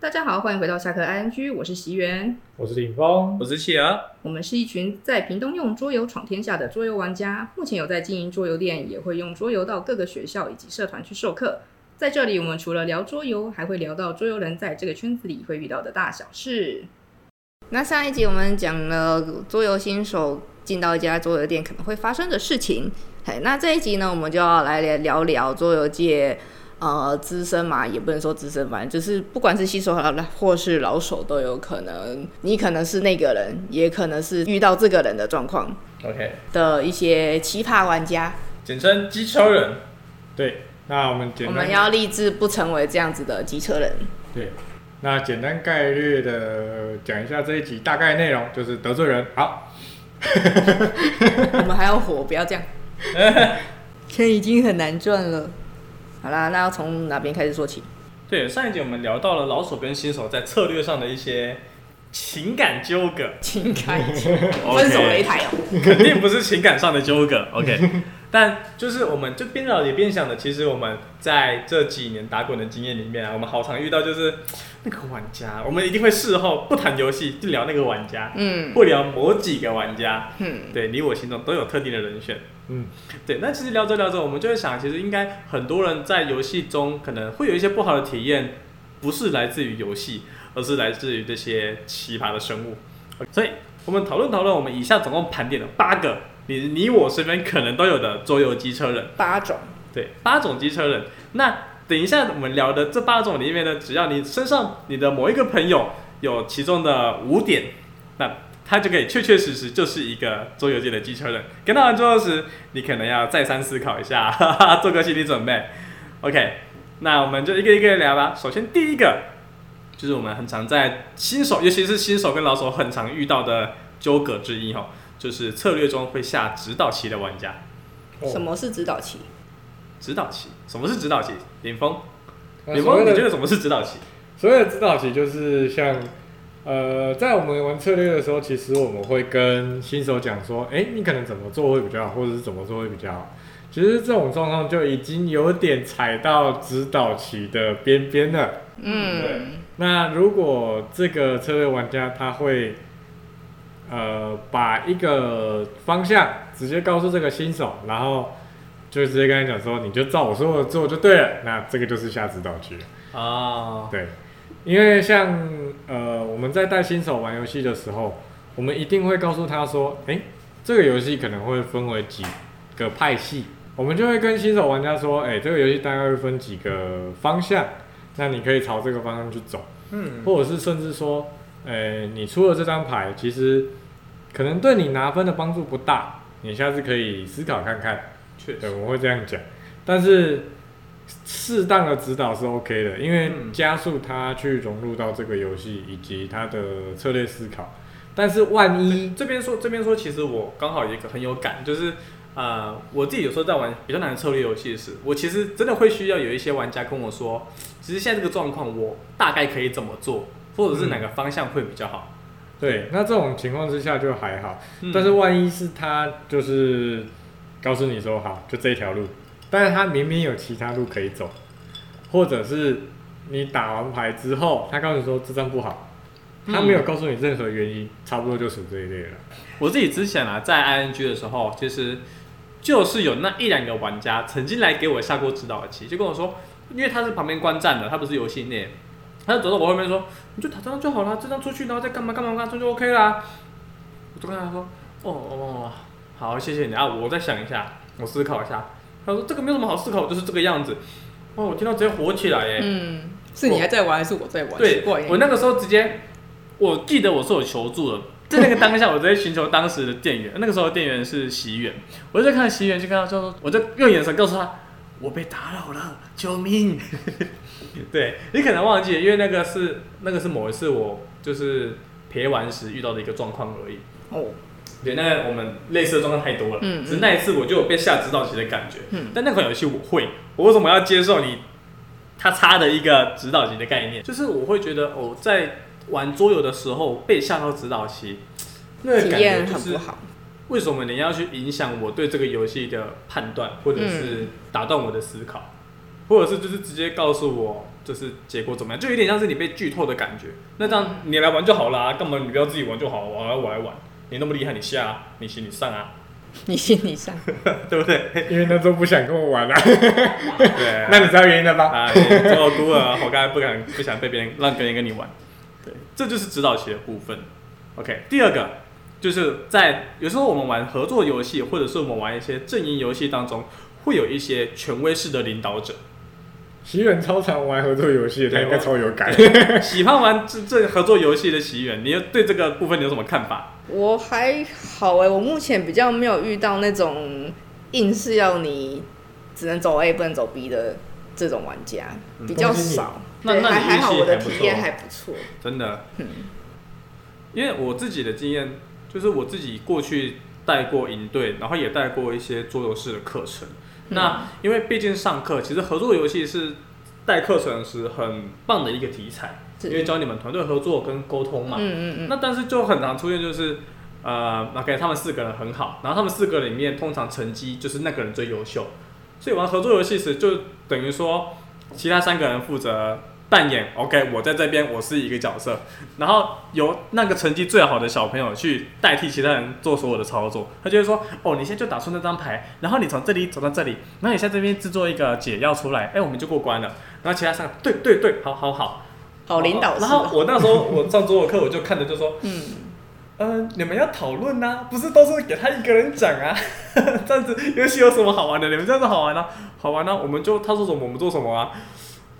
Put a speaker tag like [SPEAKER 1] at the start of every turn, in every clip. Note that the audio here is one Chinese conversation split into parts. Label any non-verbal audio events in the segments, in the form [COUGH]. [SPEAKER 1] 大家好，欢迎回到下课 ING，我是席源。
[SPEAKER 2] 我是顶峰，
[SPEAKER 3] 我是企鹅，
[SPEAKER 1] 我们是一群在屏东用桌游闯天下的桌游玩家，目前有在经营桌游店，也会用桌游到各个学校以及社团去授课。在这里，我们除了聊桌游，还会聊到桌游人在这个圈子里会遇到的大小事。那上一集我们讲了桌游新手进到一家桌游店可能会发生的事情，嘿，那这一集呢，我们就要来聊聊桌游界。呃，资深嘛，也不能说资深，反正就是不管是新手老或是老手都有可能，你可能是那个人，也可能是遇到这个人的状况
[SPEAKER 3] OK，
[SPEAKER 1] 的一些奇葩玩家。
[SPEAKER 3] 简称机车人。
[SPEAKER 2] 对，那我们简
[SPEAKER 1] 我
[SPEAKER 2] 单
[SPEAKER 1] 们要立志不成为这样子的机车人。
[SPEAKER 2] 对，那简单概略的讲一下这一集大概内容，就是得罪人。好，
[SPEAKER 1] 我们还要火，不要这样。钱已经很难赚了。好啦，那要从哪边开始说起？
[SPEAKER 3] 对，上一集我们聊到了老手跟新手在策略上的一些情感纠葛，
[SPEAKER 1] 情感分手擂台哦、
[SPEAKER 3] 肯定不是情感上的纠葛。OK，但 [LAUGHS] 就是我们就边聊也边想的，其实我们在这几年打滚的经验里面啊，我们好常遇到就是那个玩家，我们一定会事后不谈游戏，就聊那个玩家，
[SPEAKER 1] 嗯
[SPEAKER 3] 不聊某几个玩家，
[SPEAKER 1] 嗯，
[SPEAKER 3] 对你我心中都有特定的人选。
[SPEAKER 2] 嗯，
[SPEAKER 3] 对，那其实聊着聊着，我们就会想，其实应该很多人在游戏中可能会有一些不好的体验，不是来自于游戏，而是来自于这些奇葩的生物。所以我们讨论讨论，我们以下总共盘点了八个你你我身边可能都有的桌游机车人，
[SPEAKER 1] 八种。
[SPEAKER 3] 对，八种机车人。那等一下我们聊的这八种里面呢，只要你身上你的某一个朋友有其中的五点，那他就可以确确实实就是一个桌游界的机车人。跟到完桌游时，你可能要再三思考一下， [LAUGHS] 哈哈，做个心理准备。OK，那我们就一个一个聊吧。首先第一个就是我们很常在新手，尤其是新手跟老手很常遇到的纠葛之一哈，就是策略中会下指导棋的玩家。
[SPEAKER 2] 哦
[SPEAKER 1] 什么是指导期？
[SPEAKER 3] 指导棋，什么是指导棋？林峰，
[SPEAKER 2] 哦那
[SPEAKER 3] 林
[SPEAKER 2] 呃所
[SPEAKER 3] 峰，
[SPEAKER 2] 谓
[SPEAKER 3] 你觉
[SPEAKER 2] 的
[SPEAKER 3] 得什么是指导棋？
[SPEAKER 2] 所谓的指导棋就是像，呃，在我们玩策略的时候，其实我们会跟新手讲说，哎、你可能怎么做会比较好，或者是怎么做会比较好。其实这种状况就已经有点踩到指导棋的边边了。
[SPEAKER 1] 嗯，
[SPEAKER 2] 那如果这个策略玩家他会，呃，把一个方向直接告诉这个新手，然后就直接跟他讲说，你就照我说的做就对了。那这个就是下指导棋了，
[SPEAKER 3] 啊，
[SPEAKER 2] 对，因为像呃我们在带新手玩游戏的时候，我们一定会告诉他说，诶，这个游戏可能会分为几个派系，我们就会跟新手玩家说，诶，这个游戏大概会分几个方向，那你可以朝这个方向去走。
[SPEAKER 3] 嗯，
[SPEAKER 2] 或者是甚至说，呃，你出了这张牌，其实可能对你拿分的帮助不大，你下次可以思考看看。
[SPEAKER 3] 确
[SPEAKER 2] 对，
[SPEAKER 3] 实，
[SPEAKER 2] 我会这样讲，但是适当的指导是 OK 的，因为
[SPEAKER 3] 嗯
[SPEAKER 2] 加速他去融入到这个游戏以及他的策略思考。但是万一，
[SPEAKER 3] 这边说这边说，其实我刚好有一个很有感，就是呃，我自己有时候在玩比较难的策略游戏时，我其实真的会需要有一些玩家跟我说，其实现在这个状况，我大概可以怎么做，或者是哪个方向会比较好。
[SPEAKER 2] 对，那这种情况之下就还好。
[SPEAKER 3] 嗯
[SPEAKER 2] 但是万一是他就是告诉你说好，就这条路，但是他明明有其他路可以走，或者是你打完牌之后，他告诉你说这张不好，
[SPEAKER 3] 嗯
[SPEAKER 2] 他没有告诉你任何原因，差不多就属这一类了。
[SPEAKER 3] 我自己之前啊，在 ING 的时候，其实就是有那一两个玩家曾经来给我下过指导棋，就跟我说，因为他是旁边观战的，他不是游戏内，他就走到我后面说，你就打这张就好了，这张出去，然后再干嘛干嘛干嘛，这就 OK 啦。我就跟他说，哦哦，哦好，谢谢你啊，我再想一下，我思考一下。他说这个没有什么好思考，就是这个样子。哦，我听到直接火起来耶。
[SPEAKER 1] 嗯，是你还在玩还是我在玩？奇
[SPEAKER 3] 对
[SPEAKER 1] 怪耶，
[SPEAKER 3] 我那个时候直接，我记得我是有求助的， [LAUGHS] 在那个当下，我直接寻求当时的店员，那个时候店员是席远，我就在看席远，就看到就说，我就用眼神告诉他，我被打扰了，救命！ [LAUGHS] 对你可能忘记了，因为那个是那个是某一次我就是陪玩时遇到的一个状况而已。
[SPEAKER 1] 哦，
[SPEAKER 3] 对，那个我们类似的状况太多了，
[SPEAKER 1] 嗯嗯
[SPEAKER 3] 只是那一次我就有被下指导棋的感觉，
[SPEAKER 1] 嗯
[SPEAKER 3] 但那款游戏我会，我为什么要接受你他插的一个指导棋的概念？就是我会觉得哦，在玩桌游的时候被下到指导棋，那个
[SPEAKER 1] 体
[SPEAKER 3] 感觉
[SPEAKER 1] 验
[SPEAKER 3] 就
[SPEAKER 1] 很
[SPEAKER 3] 是
[SPEAKER 1] 不好。
[SPEAKER 3] 为什么你要去影响我对这个游戏的判断，或者是打断我的思考，或者是就是直接告诉我就是结果怎么样，就有点像是你被剧透的感觉。那这样你来玩就好啦，干嘛你不要自己玩就好，我来我来玩，你那么厉害，你下、啊，你行你上啊，
[SPEAKER 1] [LAUGHS] 你心里上，
[SPEAKER 3] 对不对？ [LAUGHS]
[SPEAKER 2] 因为那时候不想跟我玩了、啊
[SPEAKER 3] 对啊、
[SPEAKER 2] 那你知道原因了吧？
[SPEAKER 3] 啊，你这么孤儿，我刚才不敢不想被别人让别人跟你玩，对，这就是指导棋的部分。OK，第二个就是在有时候我们玩合作游戏，或者是我们玩一些阵营游戏当中，会有一些权威式的领导者，
[SPEAKER 2] 席远超常玩合作游戏，他
[SPEAKER 3] 对
[SPEAKER 2] 应该
[SPEAKER 3] 我
[SPEAKER 2] 超有感。
[SPEAKER 3] 喜欢玩这这合作游戏的起源，你有对这个部分你有什么看法？
[SPEAKER 1] [LAUGHS] 我还好哎、我目前比较没有遇到那种硬是要你只能走 A 不能走 B 的这种玩家，比较少。
[SPEAKER 3] 那
[SPEAKER 1] 对
[SPEAKER 3] 那
[SPEAKER 1] 还
[SPEAKER 3] 嗯你运
[SPEAKER 1] 还好，
[SPEAKER 3] 气
[SPEAKER 1] 我的
[SPEAKER 3] 还不
[SPEAKER 1] 体
[SPEAKER 3] 错
[SPEAKER 1] 验还不错。
[SPEAKER 3] 真的
[SPEAKER 1] 嗯，
[SPEAKER 3] 因为我自己的经验就是我自己过去带过营队，然后也带过一些桌游式的课程。
[SPEAKER 1] 嗯
[SPEAKER 3] 那因为毕竟上课，其实合作游戏是带课程时很棒的一个题材，
[SPEAKER 1] 是
[SPEAKER 3] 因为教你们团队合作跟沟通嘛。
[SPEAKER 1] 嗯嗯嗯，
[SPEAKER 3] 那但是就很常出现就是，呃，OK，他们四个人很好，然后他们四个里面通常成绩就是那个人最优秀，所以玩合作游戏时就等于说，其他三个人负责扮演 OK，我在这边我是一个角色，然后由那个成绩最好的小朋友去代替其他人做所有的操作，他就会说，哦，你现在就打出那张牌，然后你从这里走到这里，然后你在这边制作一个解药出来，哎，我们就过关了，然后其他三个对对对，好好好，
[SPEAKER 1] 好领导式
[SPEAKER 3] 然后
[SPEAKER 1] 哦，
[SPEAKER 3] 我那时候我上桌游课我就看着就说。
[SPEAKER 1] 嗯，
[SPEAKER 3] 嗯，你们要讨论呐，不是都是给他一个人讲啊？ [LAUGHS] 这样子游戏有什么好玩的？你们这样子好玩啊，好玩啊，我们就他说什么我们做什么啊？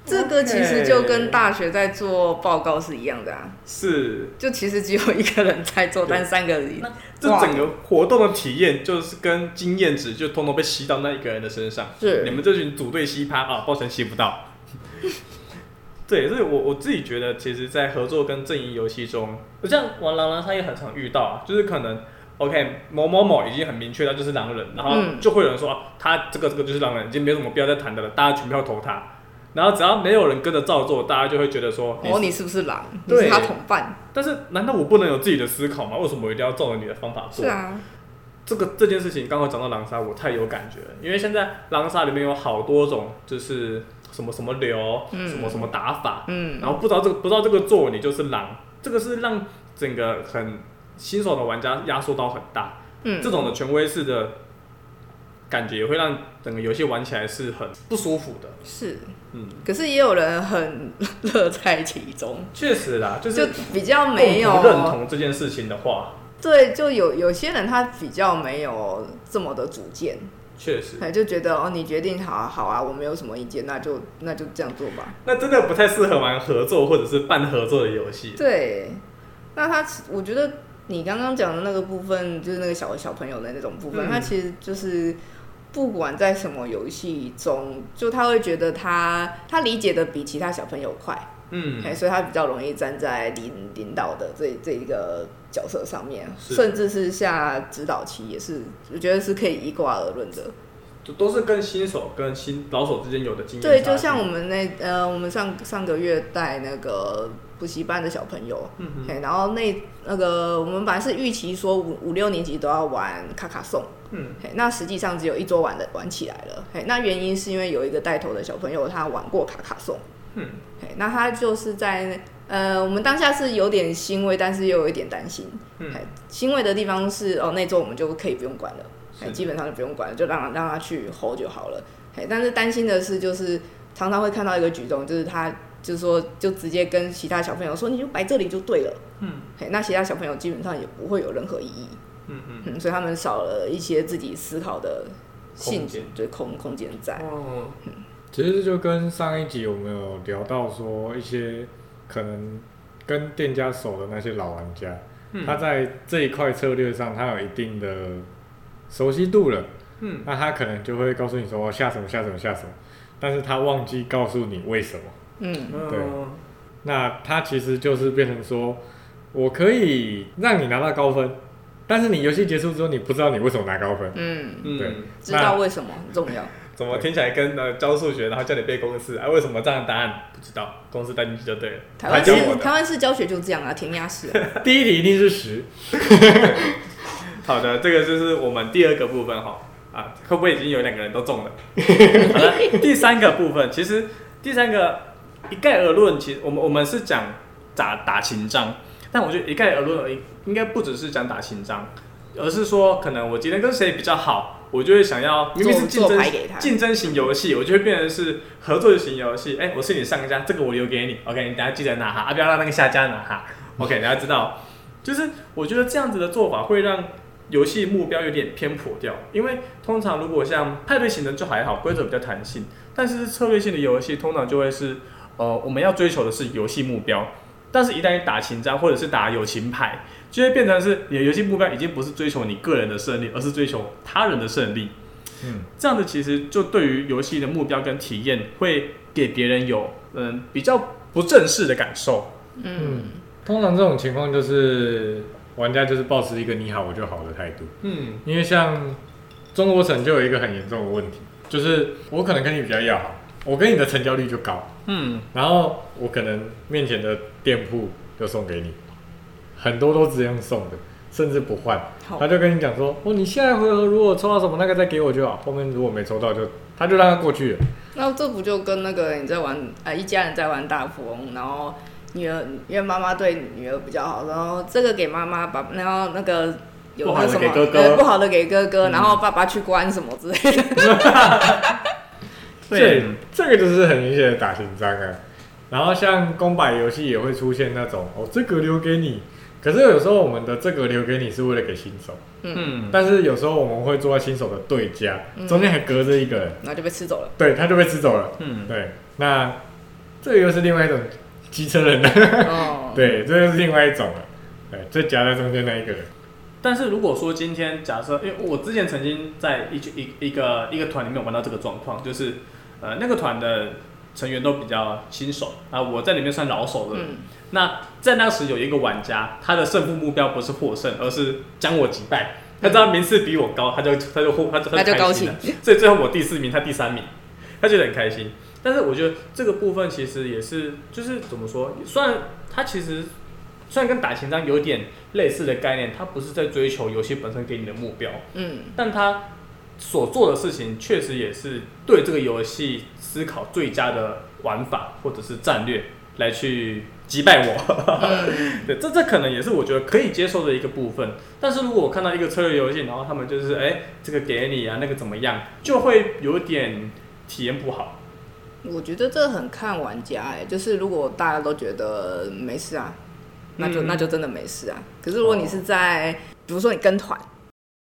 [SPEAKER 1] 这个其实就跟
[SPEAKER 3] OK
[SPEAKER 1] 大学在做报告是一样的啊，
[SPEAKER 3] 是，
[SPEAKER 1] 就其实只有一个人在做，但三个人
[SPEAKER 3] 那这整个活动的体验就是跟经验值就通通被吸到那一个人的身上。
[SPEAKER 1] 是
[SPEAKER 3] 你们这群组队吸趴啊，抱歉吸不到。 [LAUGHS] 对，所以我我自己觉得，其实，在合作跟阵营游戏中，我像玩狼人杀也很常遇到啊，就是可能 OK 某某某已经很明确，他就是狼人，然后
[SPEAKER 1] 嗯
[SPEAKER 3] 就会有人说、啊、他这个这个就是狼人，已经没什么必要再谈的了，大家全票投他。然后只要没有人跟着照做，大家就会觉得说，
[SPEAKER 1] 哦，你是不是狼？你
[SPEAKER 3] 对
[SPEAKER 1] 是他同伴？
[SPEAKER 3] 但是难道我不能有自己的思考吗？为什么我一定要照着你的方法做？
[SPEAKER 1] 是啊，
[SPEAKER 3] 这个这件事情刚好讲到狼杀，我太有感觉了，因为现在狼杀里面有好多种，就是什么什么流，
[SPEAKER 1] 嗯
[SPEAKER 3] 什么什么打法，
[SPEAKER 1] 嗯
[SPEAKER 3] 然后不知道这个不知道这个做你就是狼，这个是让整个很新手的玩家压缩到很大，
[SPEAKER 1] 嗯
[SPEAKER 3] 这，种的权威式的感觉也会让整个游戏玩起来是很不舒服的。
[SPEAKER 1] 是。
[SPEAKER 3] 嗯，
[SPEAKER 1] 可是也有人很 [LAUGHS] 乐在其中，
[SPEAKER 3] 确实啦，就
[SPEAKER 1] 就是比较
[SPEAKER 3] 共
[SPEAKER 1] 没有哦
[SPEAKER 3] 同认同这件事情的话，
[SPEAKER 1] 对，就有有些人他比较没有这么的主见，
[SPEAKER 3] 确实。
[SPEAKER 1] 哎，就觉得哦，你决定好啊好啊，我没有什么意见，那就那就这样做吧。
[SPEAKER 3] 那真的不太适合玩合作或者是半合作的游戏。
[SPEAKER 1] 对，那他其我觉得你刚刚讲的那个部分，就是那个小小朋友的那种部分，
[SPEAKER 3] 嗯
[SPEAKER 1] 他其实就是不管在什么游戏中，就他会觉得他他理解的比其他小朋友快，
[SPEAKER 3] 嗯，
[SPEAKER 1] 哎，所以他比较容易站在领领导的这这一个角色上面，
[SPEAKER 3] 是
[SPEAKER 1] 甚至是下指导棋也是，我觉得是可以一挂而论的。
[SPEAKER 3] 就都是跟新手跟新老手之间有的经验差
[SPEAKER 1] 对，
[SPEAKER 3] 距。
[SPEAKER 1] 就像我们那呃，我们上上个月带那个补习班的小朋友，
[SPEAKER 3] 嗯哼
[SPEAKER 1] 嘿，然后那那个我们本来是预期说五五六年级都要玩卡卡颂，
[SPEAKER 3] 嗯
[SPEAKER 1] 嘿，那实际上只有一桌玩的玩起来了，嘿，那原因是因为有一个带头的小朋友他玩过卡卡颂。
[SPEAKER 3] 嗯，
[SPEAKER 1] 嘿，那他就是在呃，我们当下是有点欣慰，但是又有一点担心。
[SPEAKER 3] 嗯
[SPEAKER 1] 嘿，欣慰的地方是哦，那周我们就可以不用管了，嘿，
[SPEAKER 3] 是
[SPEAKER 1] 基本上就不用管了，就让他让他去吼就好了。嘿，但是担心的是，就是常常会看到一个举动，就是他就是说就直接跟其他小朋友说，你就摆这里就对了。
[SPEAKER 3] 嗯
[SPEAKER 1] 嘿，那其他小朋友基本上也不会有任何异议，
[SPEAKER 3] 嗯嗯，
[SPEAKER 1] 嗯，所以他们少了一些自己思考的性
[SPEAKER 3] 空间
[SPEAKER 1] 质，对空空间在。
[SPEAKER 3] 哦，
[SPEAKER 2] 其实就跟上一集我们有聊到说，一些可能跟店家熟的那些老玩家，
[SPEAKER 3] 嗯
[SPEAKER 2] 他在这一块策略上，他有一定的熟悉度了，
[SPEAKER 3] 嗯
[SPEAKER 2] 那他可能就会告诉你说哦下什么下什么下什么，但是他忘记告诉你为什么。
[SPEAKER 1] 嗯，
[SPEAKER 2] 对
[SPEAKER 3] 嗯
[SPEAKER 2] 那他其实就是变成说，我可以让你拿到高分，但是你游戏结束之后，你不知道你为什么拿高
[SPEAKER 3] [LAUGHS]
[SPEAKER 2] 分。
[SPEAKER 1] 嗯，
[SPEAKER 2] 对
[SPEAKER 3] 嗯，
[SPEAKER 1] 知道为什么很重要。
[SPEAKER 3] 怎么听起来跟呃教数学，然后叫你背公式啊？为什么这样的答案不知道？公式带进去就对了。
[SPEAKER 1] 台湾
[SPEAKER 3] 教我
[SPEAKER 1] 式
[SPEAKER 3] 的
[SPEAKER 1] 台湾式教学就这样啊，填鸭式
[SPEAKER 3] [LAUGHS]
[SPEAKER 1] 啊、
[SPEAKER 2] 第一题一定是十，
[SPEAKER 3] 好的，这个就是我们第二个部分哈。啊，
[SPEAKER 1] [LAUGHS]
[SPEAKER 3] 会不会已经有两个人都中了？好了，第三个部分，其实第三个一概而论，其实我们我们是讲打打情章，但我觉得一概而论，应该不只是讲打情章，而是说可能我今天跟谁比较好，我就会想要明明是竞
[SPEAKER 1] 做做
[SPEAKER 3] 争
[SPEAKER 1] 牌给他。
[SPEAKER 3] 竞争型游戏，我就会变成是合作型游戏。哎、我是你上家，这个我留给你，OK，你等下记得拿哈，啊，不要让那个下家拿哈，OK，大家知道，就是我觉得这样子的做法会让游戏目标有点偏颇掉，因为通常如果像派对型的就还好，规则比较弹性，但是策略性的游戏通常就会是，呃，我们要追求的是游戏目标，但是一旦你打情章或者是打友情牌，就会变成是你的游戏目标已经不是追求你个人的胜利，而是追求他人的胜利。
[SPEAKER 2] 嗯，
[SPEAKER 3] 这样子其实就对于游戏的目标跟体验，会给别人有嗯比较不正式的感受。
[SPEAKER 1] 嗯，
[SPEAKER 2] 通常这种情况就是玩家就是保持一个你好我就好的态度，
[SPEAKER 3] 嗯
[SPEAKER 2] 因为像中国城就有一个很严重的问题，就是我可能跟你比较要好，我跟你的成交率就高，
[SPEAKER 3] 嗯，
[SPEAKER 2] 然后我可能面前的店铺就送给你，很多都这样送的，甚至不换。
[SPEAKER 1] 好
[SPEAKER 2] 他就跟你讲说，哦，你下一回合如果抽到什么那个再给我就好，后面如果没抽到就他就让他过去了。
[SPEAKER 1] 那这不就跟那个你在玩呃一家人在玩大富翁，然后女儿因为妈妈对女儿比较好，然后这个给妈妈，爸然后那个有
[SPEAKER 3] 不好
[SPEAKER 1] 那
[SPEAKER 3] 的
[SPEAKER 1] 什么嗯
[SPEAKER 3] 给哥哥
[SPEAKER 1] 对不好的给哥哥，然后爸爸去关什么之类的。
[SPEAKER 3] 对
[SPEAKER 2] 这，这个就是很明显的打情章啊。然后像公版游戏也会出现那种，哦，这个留给你。可是有时候我们的这个留给你是为了给新手，
[SPEAKER 3] 嗯，
[SPEAKER 2] 但是有时候我们会坐在新手的对家，
[SPEAKER 1] 嗯
[SPEAKER 2] 中间还隔着一个人，
[SPEAKER 1] 然后就被吃走了。
[SPEAKER 2] 对他就被吃走了。
[SPEAKER 3] 嗯，
[SPEAKER 2] 对，那这个又是另外一种机车人了。
[SPEAKER 1] 哦，
[SPEAKER 2] 对，这又是另外一种了。对，最夹在中间那一个人。
[SPEAKER 3] 但是如果说今天假设，因为我之前曾经在一群一一个一个团里面玩到这个状况，就是呃那个团的成员都比较新手啊，我在里面算老手的。
[SPEAKER 1] 嗯，
[SPEAKER 3] 那在那时有一个玩家，他的胜负目标不是获胜，而是将我击败。他知道名次比我高，他就他就获他
[SPEAKER 1] 嗯
[SPEAKER 3] 就
[SPEAKER 1] 那就高
[SPEAKER 3] 开
[SPEAKER 1] 兴
[SPEAKER 3] 了。所以最后我第四名，他第三名，他觉得很开心。但是我觉得这个部分其实也是，就是怎么说，虽然他其实虽然跟打情章有点类似的概念，他不是在追求游戏本身给你的目标，
[SPEAKER 1] 嗯，
[SPEAKER 3] 但他所做的事情确实也是对这个游戏思考最佳的玩法或者是战略来去击败
[SPEAKER 1] 嗯
[SPEAKER 3] 我。对，这这可能也是我觉得可以接受的一个部分。但是如果我看到一个策略游戏，然后他们就是哎这个给你啊，那个怎么样，就会有点体验不好。
[SPEAKER 1] 我觉得这很看玩家哎、就是如果大家都觉得没事啊，那就、
[SPEAKER 3] 嗯
[SPEAKER 1] 那就真的没事啊。可是如果你是在，比如说你跟团，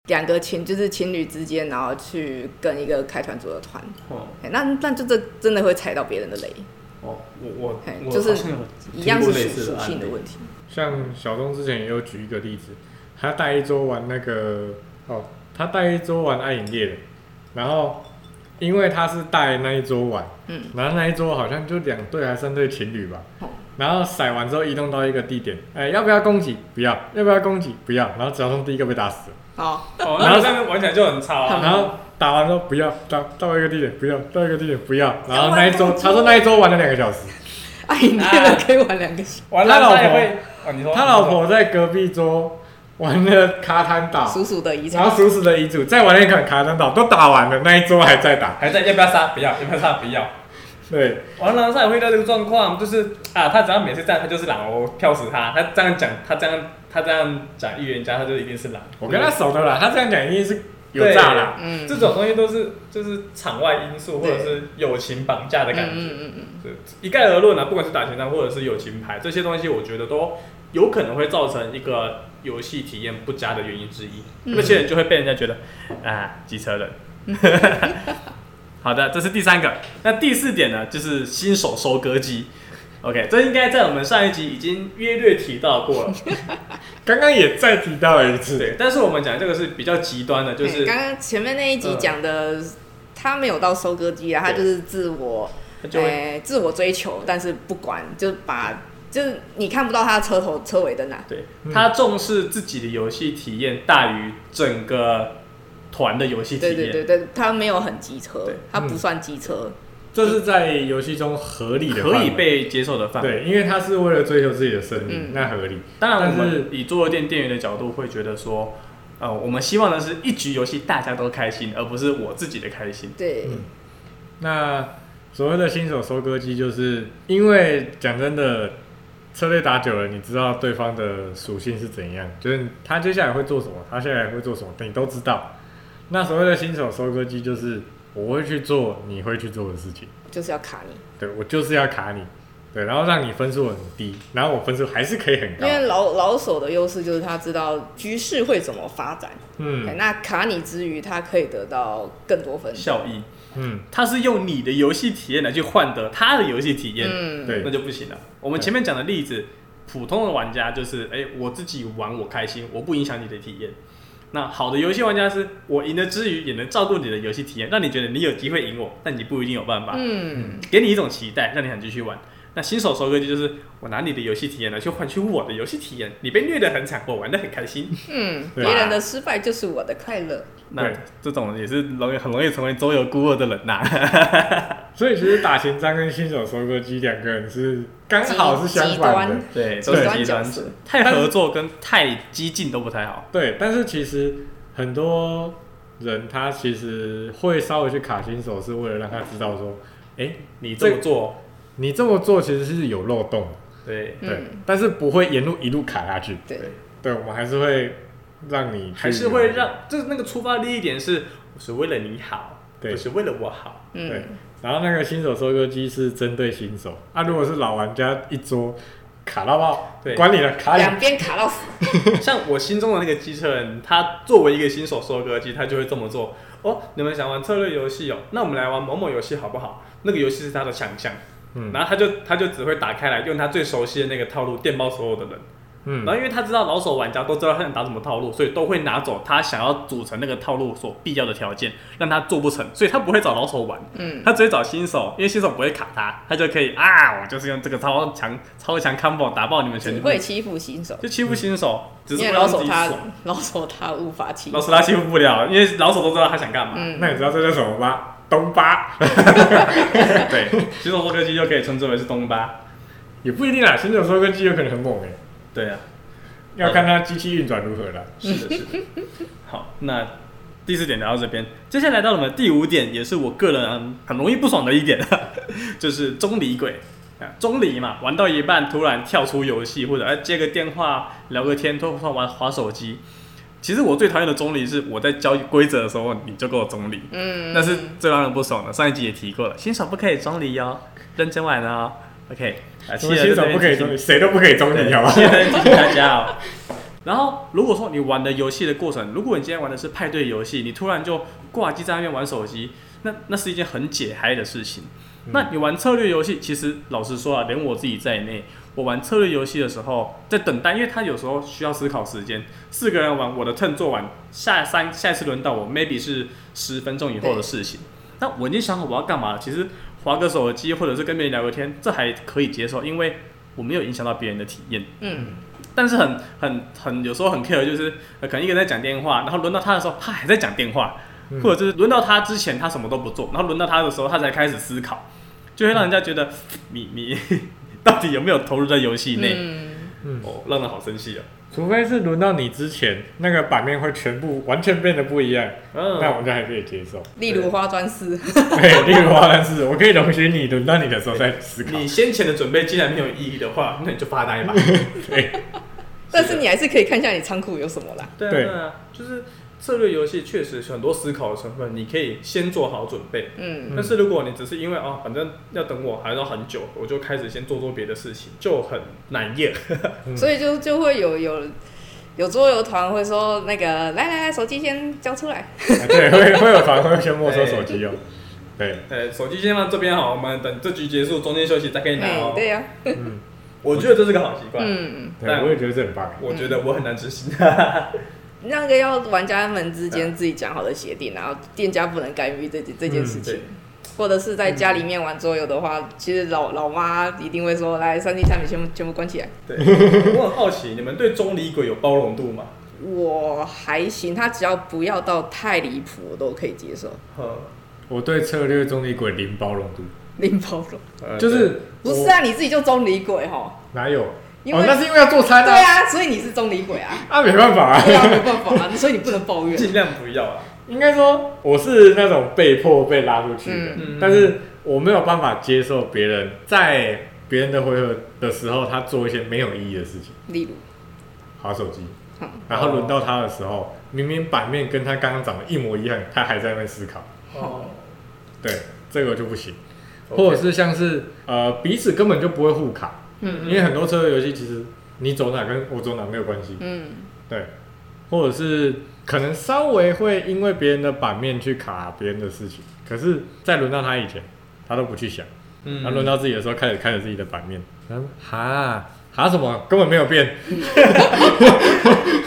[SPEAKER 1] 两个情就是情侣之间，然后去跟一个开团组的团，
[SPEAKER 3] 哦
[SPEAKER 1] 哎那那就这真的会踩到别人的雷，
[SPEAKER 3] 哦，我我
[SPEAKER 1] 嘿
[SPEAKER 3] 我
[SPEAKER 1] 就是
[SPEAKER 3] 好像有
[SPEAKER 1] 一样是
[SPEAKER 3] 听过类
[SPEAKER 1] 属
[SPEAKER 3] 似的
[SPEAKER 1] 属
[SPEAKER 3] 案
[SPEAKER 1] 性的
[SPEAKER 3] 例
[SPEAKER 1] 问题。
[SPEAKER 2] 像小东之前也有举一个例子，他带一桌玩那个哦，他带一桌玩暗影猎人，然后因为他是带那一桌玩，
[SPEAKER 1] 嗯，
[SPEAKER 2] 然后那一桌好像就两对还三对情侣吧
[SPEAKER 1] 哦，
[SPEAKER 2] 然后甩完之后移动到一个地点，哎、要不要攻击？不要，要不要攻击？不要，然后小东第一个被打死了，
[SPEAKER 1] 哦，
[SPEAKER 2] [LAUGHS]
[SPEAKER 3] 哦，那个这样玩起来就很吵啊。
[SPEAKER 2] 然后打完之后不要，到到一个地点不要，到一个地点不要，然后那一
[SPEAKER 1] 要
[SPEAKER 2] 周
[SPEAKER 1] 玩攻击
[SPEAKER 2] 他说那一周玩了两个小时，
[SPEAKER 1] 哎，你那个可以玩两个小
[SPEAKER 3] 完
[SPEAKER 2] 他
[SPEAKER 3] 了
[SPEAKER 2] 老
[SPEAKER 3] 他也
[SPEAKER 2] 婆
[SPEAKER 3] 会，哦你说
[SPEAKER 2] 他老婆在隔壁桌玩了卡坦
[SPEAKER 3] 啊
[SPEAKER 2] 岛，
[SPEAKER 1] 叔叔的遗
[SPEAKER 2] 然
[SPEAKER 1] 产
[SPEAKER 2] 后。鼠死的遗嘱再玩了一款卡坦岛，都打完了，那一桌还在打。
[SPEAKER 3] 还在要不要杀？不要，要不要杀？不要。
[SPEAKER 2] 对，
[SPEAKER 3] 玩狼赛也会遇到这个状况，就是啊，他只要每次站，他就是狼，我跳死他。他这样讲，他这样他这样讲预言家，他就一定是狼。
[SPEAKER 2] 我跟他熟的啦，他这样讲一定是有诈啦。
[SPEAKER 1] 嗯，
[SPEAKER 3] 这种东西都是就是场外因素或
[SPEAKER 1] 对
[SPEAKER 3] 者是友情绑架的
[SPEAKER 1] 嗯
[SPEAKER 3] 感觉，
[SPEAKER 1] 嗯嗯嗯
[SPEAKER 3] 对一概而论啊，不管是打情章或者是友情牌，这些东西我觉得都有可能会造成一个游戏体验不佳的原因之一，
[SPEAKER 1] 嗯
[SPEAKER 3] 那些人就会被人家觉得啊机车人。 [LAUGHS] 好的，这是第三个。那第四点呢，就是新手收割机。OK，这应该在我们上一集已经约略提到
[SPEAKER 1] [LAUGHS]
[SPEAKER 3] 过了，
[SPEAKER 2] 刚刚也再提到了一次，
[SPEAKER 3] 对。但是我们讲这个是比较极端的，就
[SPEAKER 1] 嘿
[SPEAKER 3] 是
[SPEAKER 1] 哎刚刚前面那一集
[SPEAKER 3] 嗯
[SPEAKER 1] 讲的，他没有到收割机啊，他
[SPEAKER 3] 对
[SPEAKER 1] 就是自我
[SPEAKER 3] 它就会
[SPEAKER 1] 哎，自我追求，但是不管就把就是你看不到他的车头车尾灯啊，
[SPEAKER 3] 对
[SPEAKER 2] 嗯
[SPEAKER 3] 他重视自己的游戏体验大于整个团的游戏体
[SPEAKER 1] 对
[SPEAKER 3] 验。
[SPEAKER 1] 对对对，他没有很机车
[SPEAKER 3] 对，
[SPEAKER 1] 他不算机车，
[SPEAKER 2] 这是在游戏中合理的，
[SPEAKER 3] 可以。被接受的范围。
[SPEAKER 2] 对，因为他是为了追求自己的胜利，
[SPEAKER 1] 嗯
[SPEAKER 2] 那合理。
[SPEAKER 3] 当然，我
[SPEAKER 2] 但是
[SPEAKER 3] 们以桌游店店员的角度会觉得说，呃，我们希望的是嗯一局游戏大家都开心，而不是我自己的开心。
[SPEAKER 1] 对，
[SPEAKER 2] 嗯那所谓的新手收割机，就是因为讲真的，策略打久了，你知道对方的属性是怎样，就是他接下来会做什么，他接下来会做什么，你都知道。那所谓的新手收割机，就是我会去做你会去做的事情，
[SPEAKER 1] 就是要卡你，
[SPEAKER 2] 对我就是要卡你，对，然后让你分数很低，然后我分数还是可以很高
[SPEAKER 1] 因，为老老手的优势就是他知道局势会怎么发展，哎
[SPEAKER 2] 嗯
[SPEAKER 1] 那卡你之余，他可以得到更多分。
[SPEAKER 3] 效益，
[SPEAKER 2] 嗯，
[SPEAKER 3] 他是用你的游戏体验来去换得他的游戏体验，
[SPEAKER 1] 嗯，
[SPEAKER 2] 对
[SPEAKER 3] 那就不行了。我们前面讲的例子，普通的玩家就是，哎、我自己玩我开心，我不影响你的体验。那好的游戏玩家是我赢的之余，也能照顾你的游戏体验，让你觉得你有机会赢我，但你不一定有办法，
[SPEAKER 1] 嗯，
[SPEAKER 3] 给你一种期待，让你想继续玩。那新手收割机就是我拿你的游戏体验来去换取我的游戏体验，你被虐得很惨，我玩得很开 [LAUGHS] 心。
[SPEAKER 1] 嗯，
[SPEAKER 3] 啊
[SPEAKER 2] 对
[SPEAKER 1] 别人的失败就是我的快乐。
[SPEAKER 3] 那
[SPEAKER 2] 对
[SPEAKER 3] 这种也是容易很容易成为周游孤二的人呐、
[SPEAKER 2] 所以其实打情章跟新手收割机两个人是刚好是相反的
[SPEAKER 1] 极极端，
[SPEAKER 3] 对，
[SPEAKER 1] 极
[SPEAKER 3] 都是
[SPEAKER 1] 端
[SPEAKER 3] 极
[SPEAKER 1] 角
[SPEAKER 3] 端
[SPEAKER 1] 色
[SPEAKER 3] 者，太合作跟太激进都不太好。
[SPEAKER 2] 对，但是其实很多人他其实会稍微去卡新手，是为了让他知道说，哎、
[SPEAKER 3] 你这么
[SPEAKER 2] 这
[SPEAKER 3] 做，
[SPEAKER 2] 你这么做其实是有漏洞的，
[SPEAKER 3] 对，
[SPEAKER 2] 对，
[SPEAKER 1] 嗯
[SPEAKER 2] 但是不会沿路一路卡下去，
[SPEAKER 1] 对，
[SPEAKER 2] 对，我们还是会让你去
[SPEAKER 3] 还是会让，就是那个出发利益点是，我是为了你好，
[SPEAKER 2] 对
[SPEAKER 3] 不是为了我好。
[SPEAKER 2] 对
[SPEAKER 1] 嗯，，
[SPEAKER 2] 然后那个新手收割机是针对新手，啊，如果是老玩家一桌卡到爆，
[SPEAKER 3] 对
[SPEAKER 2] 管你了，卡
[SPEAKER 1] 两
[SPEAKER 2] 你，
[SPEAKER 1] 边卡到死。
[SPEAKER 3] [LAUGHS] 像我心中的那个机车人，他作为一个新手收割机，他就会这么做。哦，你们想玩策略游戏哦，那我们来玩某某游戏好不好？那个游戏是他的强项，
[SPEAKER 2] 嗯
[SPEAKER 3] 然后他就他就只会打开来，用他最熟悉的那个套路电爆所有的人。
[SPEAKER 2] 嗯
[SPEAKER 3] 然后因为他知道老手玩家都知道他想打什么套路，所以都会拿走他想要组成那个套路所必要的条件，让他做不成，所以他不会找老手玩，
[SPEAKER 1] 嗯，
[SPEAKER 3] 他只会找新手，因为新手不会卡他，他就可以啊，我就是用这个超强超强 combo 打爆你们全
[SPEAKER 1] 只
[SPEAKER 3] 部，
[SPEAKER 1] 会欺负新手，
[SPEAKER 3] 就欺负新手，只
[SPEAKER 1] 因
[SPEAKER 3] 是
[SPEAKER 1] 为
[SPEAKER 3] 会
[SPEAKER 1] 老
[SPEAKER 3] 让自
[SPEAKER 1] 手
[SPEAKER 3] 己
[SPEAKER 1] 他
[SPEAKER 3] 爽。
[SPEAKER 1] 老手他无法欺负
[SPEAKER 3] 老。手他欺负不了，因为老手都知道他想干嘛。
[SPEAKER 1] 嗯，
[SPEAKER 2] 那你知道这叫什么吗？东巴。
[SPEAKER 3] 对，新手收割机就可以称之为是东巴。
[SPEAKER 2] 也不一定啦，新手收割机有可能很猛哎、
[SPEAKER 3] 对啊，
[SPEAKER 2] 要看它机器运转如何啦。
[SPEAKER 3] 是的，
[SPEAKER 1] [LAUGHS]
[SPEAKER 3] 是的。好，那第四点聊到这边，接下来到我们第五点，也是我个人很容易不爽的一点， [LAUGHS] 就是钟离鬼。啊钟离嘛，玩到一半突然跳出游戏，或者哎接个电话聊个天，突然玩划手机。其实我最讨厌的钟离是我在教规则的时候你就给我钟离，
[SPEAKER 1] 嗯，
[SPEAKER 3] 那是最让人不爽的。上一集也提过了，新手不可以钟离哦，认真玩哦。OK，啊，
[SPEAKER 2] 什么新手不可以
[SPEAKER 3] 中
[SPEAKER 2] 中，谁都不可以中你，好吧？
[SPEAKER 3] 谢谢提醒大家哦。 [LAUGHS] 然后，如果说你玩的游戏的过程，如果你今天玩的是派对游戏，你突然就挂机在那边玩手机，那那是一件很解嗨的事情。那你玩策略游戏，其实老实说啊，连我自己在内，我玩策略游戏的时候，在等待，因为它有时候需要思考时间。四个人玩，我的 turn 做完，下三下一次轮到我，maybe 是十分钟以后的事情。那我已经想好我要干嘛了，其实划个手机或者是跟别人聊个天，这还可以接受，因为我没有影响到别人的体验。
[SPEAKER 1] 嗯，
[SPEAKER 3] 但是很很很有时候很 care，就是、呃、可能一个人在讲电话，然后轮到他的时候，他还在讲电话，
[SPEAKER 2] 嗯
[SPEAKER 3] 或者就是轮到他之前他什么都不做，然后轮到他的时候，他才开始思考，就会让人家觉得 [SNIFFS] 你你 [LAUGHS] 到底有没有投入在游戏内？
[SPEAKER 1] 嗯，
[SPEAKER 3] 哦，让人好生气啊！
[SPEAKER 2] [LAUGHS] 除非是轮到你之前，那个版面会全部完全变得不一样，那我
[SPEAKER 3] 嗯，
[SPEAKER 2] 们就还可以接受。
[SPEAKER 1] 例如花砖丝，
[SPEAKER 2] 对， [LAUGHS] 例如花但是我可以容许你轮到你的时候再思考。
[SPEAKER 3] 你先前的准备既然没有意义的话，那你就发呆吧。
[SPEAKER 2] [LAUGHS]
[SPEAKER 3] [LAUGHS]
[SPEAKER 2] 对，
[SPEAKER 1] [LAUGHS] 但是你还是可以看一下你仓库有什么啦。
[SPEAKER 3] 对啊，
[SPEAKER 2] 对
[SPEAKER 3] 对啊，就是策略游戏确实很多思考的成分，你可以先做好准备。
[SPEAKER 1] 嗯，
[SPEAKER 3] 但是如果你只是因为哦，反正要等我还要很久，我就开始先做做别的事情，就很难 [LAUGHS] 咽。
[SPEAKER 2] 嗯
[SPEAKER 1] 所以就就会有有有桌游团会说那个来来来，手机先交出来。
[SPEAKER 2] 啊 [LAUGHS] 对，会会有反会先没收手 [LAUGHS] 机哦。对，
[SPEAKER 3] 呃，手机先放这边好，我们等这局结束，中间休息再可以拿
[SPEAKER 1] 哎
[SPEAKER 3] 哦，。
[SPEAKER 1] 对呀，
[SPEAKER 2] 嗯，
[SPEAKER 3] 我觉得这是个好习惯，
[SPEAKER 1] 嗯，
[SPEAKER 2] 对，
[SPEAKER 3] 但
[SPEAKER 2] 我也觉得这很棒。
[SPEAKER 3] 我觉得我很难
[SPEAKER 1] [LAUGHS]
[SPEAKER 3] 执行。
[SPEAKER 1] 那个要玩家们之
[SPEAKER 3] 啊
[SPEAKER 1] 间自己讲好的协定，然后店家不能干预这这件事情
[SPEAKER 3] 嗯对。
[SPEAKER 1] 或者是在家里面玩桌游的话，其实老老妈一定会说：“来，三 D 产品全部全部关起来。
[SPEAKER 3] 对，我很好奇，你们对中离鬼有包容度吗？”
[SPEAKER 1] 我还行，他只要不要到太离谱，我都可以接受。
[SPEAKER 3] 呵
[SPEAKER 2] 我对策略中立鬼零包容度，
[SPEAKER 1] 拎包容，
[SPEAKER 3] 呃
[SPEAKER 2] 就是
[SPEAKER 1] 不是啊，你自己就中离鬼哈，
[SPEAKER 2] 我哪有？
[SPEAKER 1] 因为、
[SPEAKER 2] 哦，那是因为要做餐
[SPEAKER 1] 对
[SPEAKER 2] 啊，
[SPEAKER 1] 啊，所以你是中离鬼
[SPEAKER 2] [LAUGHS]
[SPEAKER 1] 啊，
[SPEAKER 2] 啊，没办法啊。
[SPEAKER 1] 对啊，没办法啊，所以你不能抱
[SPEAKER 3] 对
[SPEAKER 1] 怨。
[SPEAKER 3] 尽量不要啊。
[SPEAKER 2] 应该说我是那种被迫被拉出去的，
[SPEAKER 3] 嗯
[SPEAKER 2] 但是我没有办法接受别人在别人的回合的时候，他做一些没有意义的事情，
[SPEAKER 1] 例如，
[SPEAKER 2] 划手机，
[SPEAKER 1] 嗯，
[SPEAKER 2] 然后轮到他的时候，明明版面跟他刚刚长得一模一样，他还在那边思考，
[SPEAKER 3] 哦，
[SPEAKER 2] 对，这个就不行。
[SPEAKER 3] OK
[SPEAKER 2] 或者是像是呃彼此根本就不会互卡，
[SPEAKER 1] 嗯
[SPEAKER 2] 因为很多策略游戏其实你走哪跟我走哪没有关系，
[SPEAKER 1] 嗯，
[SPEAKER 2] 对，或者是可能稍微会因为别人的版面去卡别人的事情，可是再轮到他以前，他都不去想，
[SPEAKER 3] 嗯
[SPEAKER 2] 然后轮到自己的时候开始开始自己的版面，然后哈哈什么根本没有变，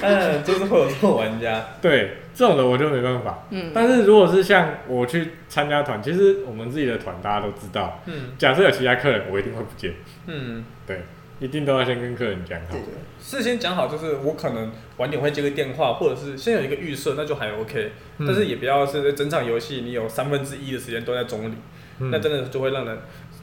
[SPEAKER 3] 嗯， [LAUGHS] 就是会有这种玩家，
[SPEAKER 2] 对这种的我就没办法。
[SPEAKER 1] 嗯
[SPEAKER 2] 但是如果是像我去参加团，其实我们自己的团大家都知道，
[SPEAKER 3] 嗯
[SPEAKER 2] 假设有其他客人，我一定会不见，
[SPEAKER 3] 嗯，
[SPEAKER 2] 对，一定都要先跟客人讲好
[SPEAKER 1] 对。
[SPEAKER 3] 事先讲好，就是我可能晚点会接个电话，或者是先有一个预设，那就还 OK，、
[SPEAKER 2] 嗯
[SPEAKER 3] 但是也不要是整场游戏你有三分之一的时间都在中里，
[SPEAKER 2] 嗯
[SPEAKER 3] 那真的就会让人，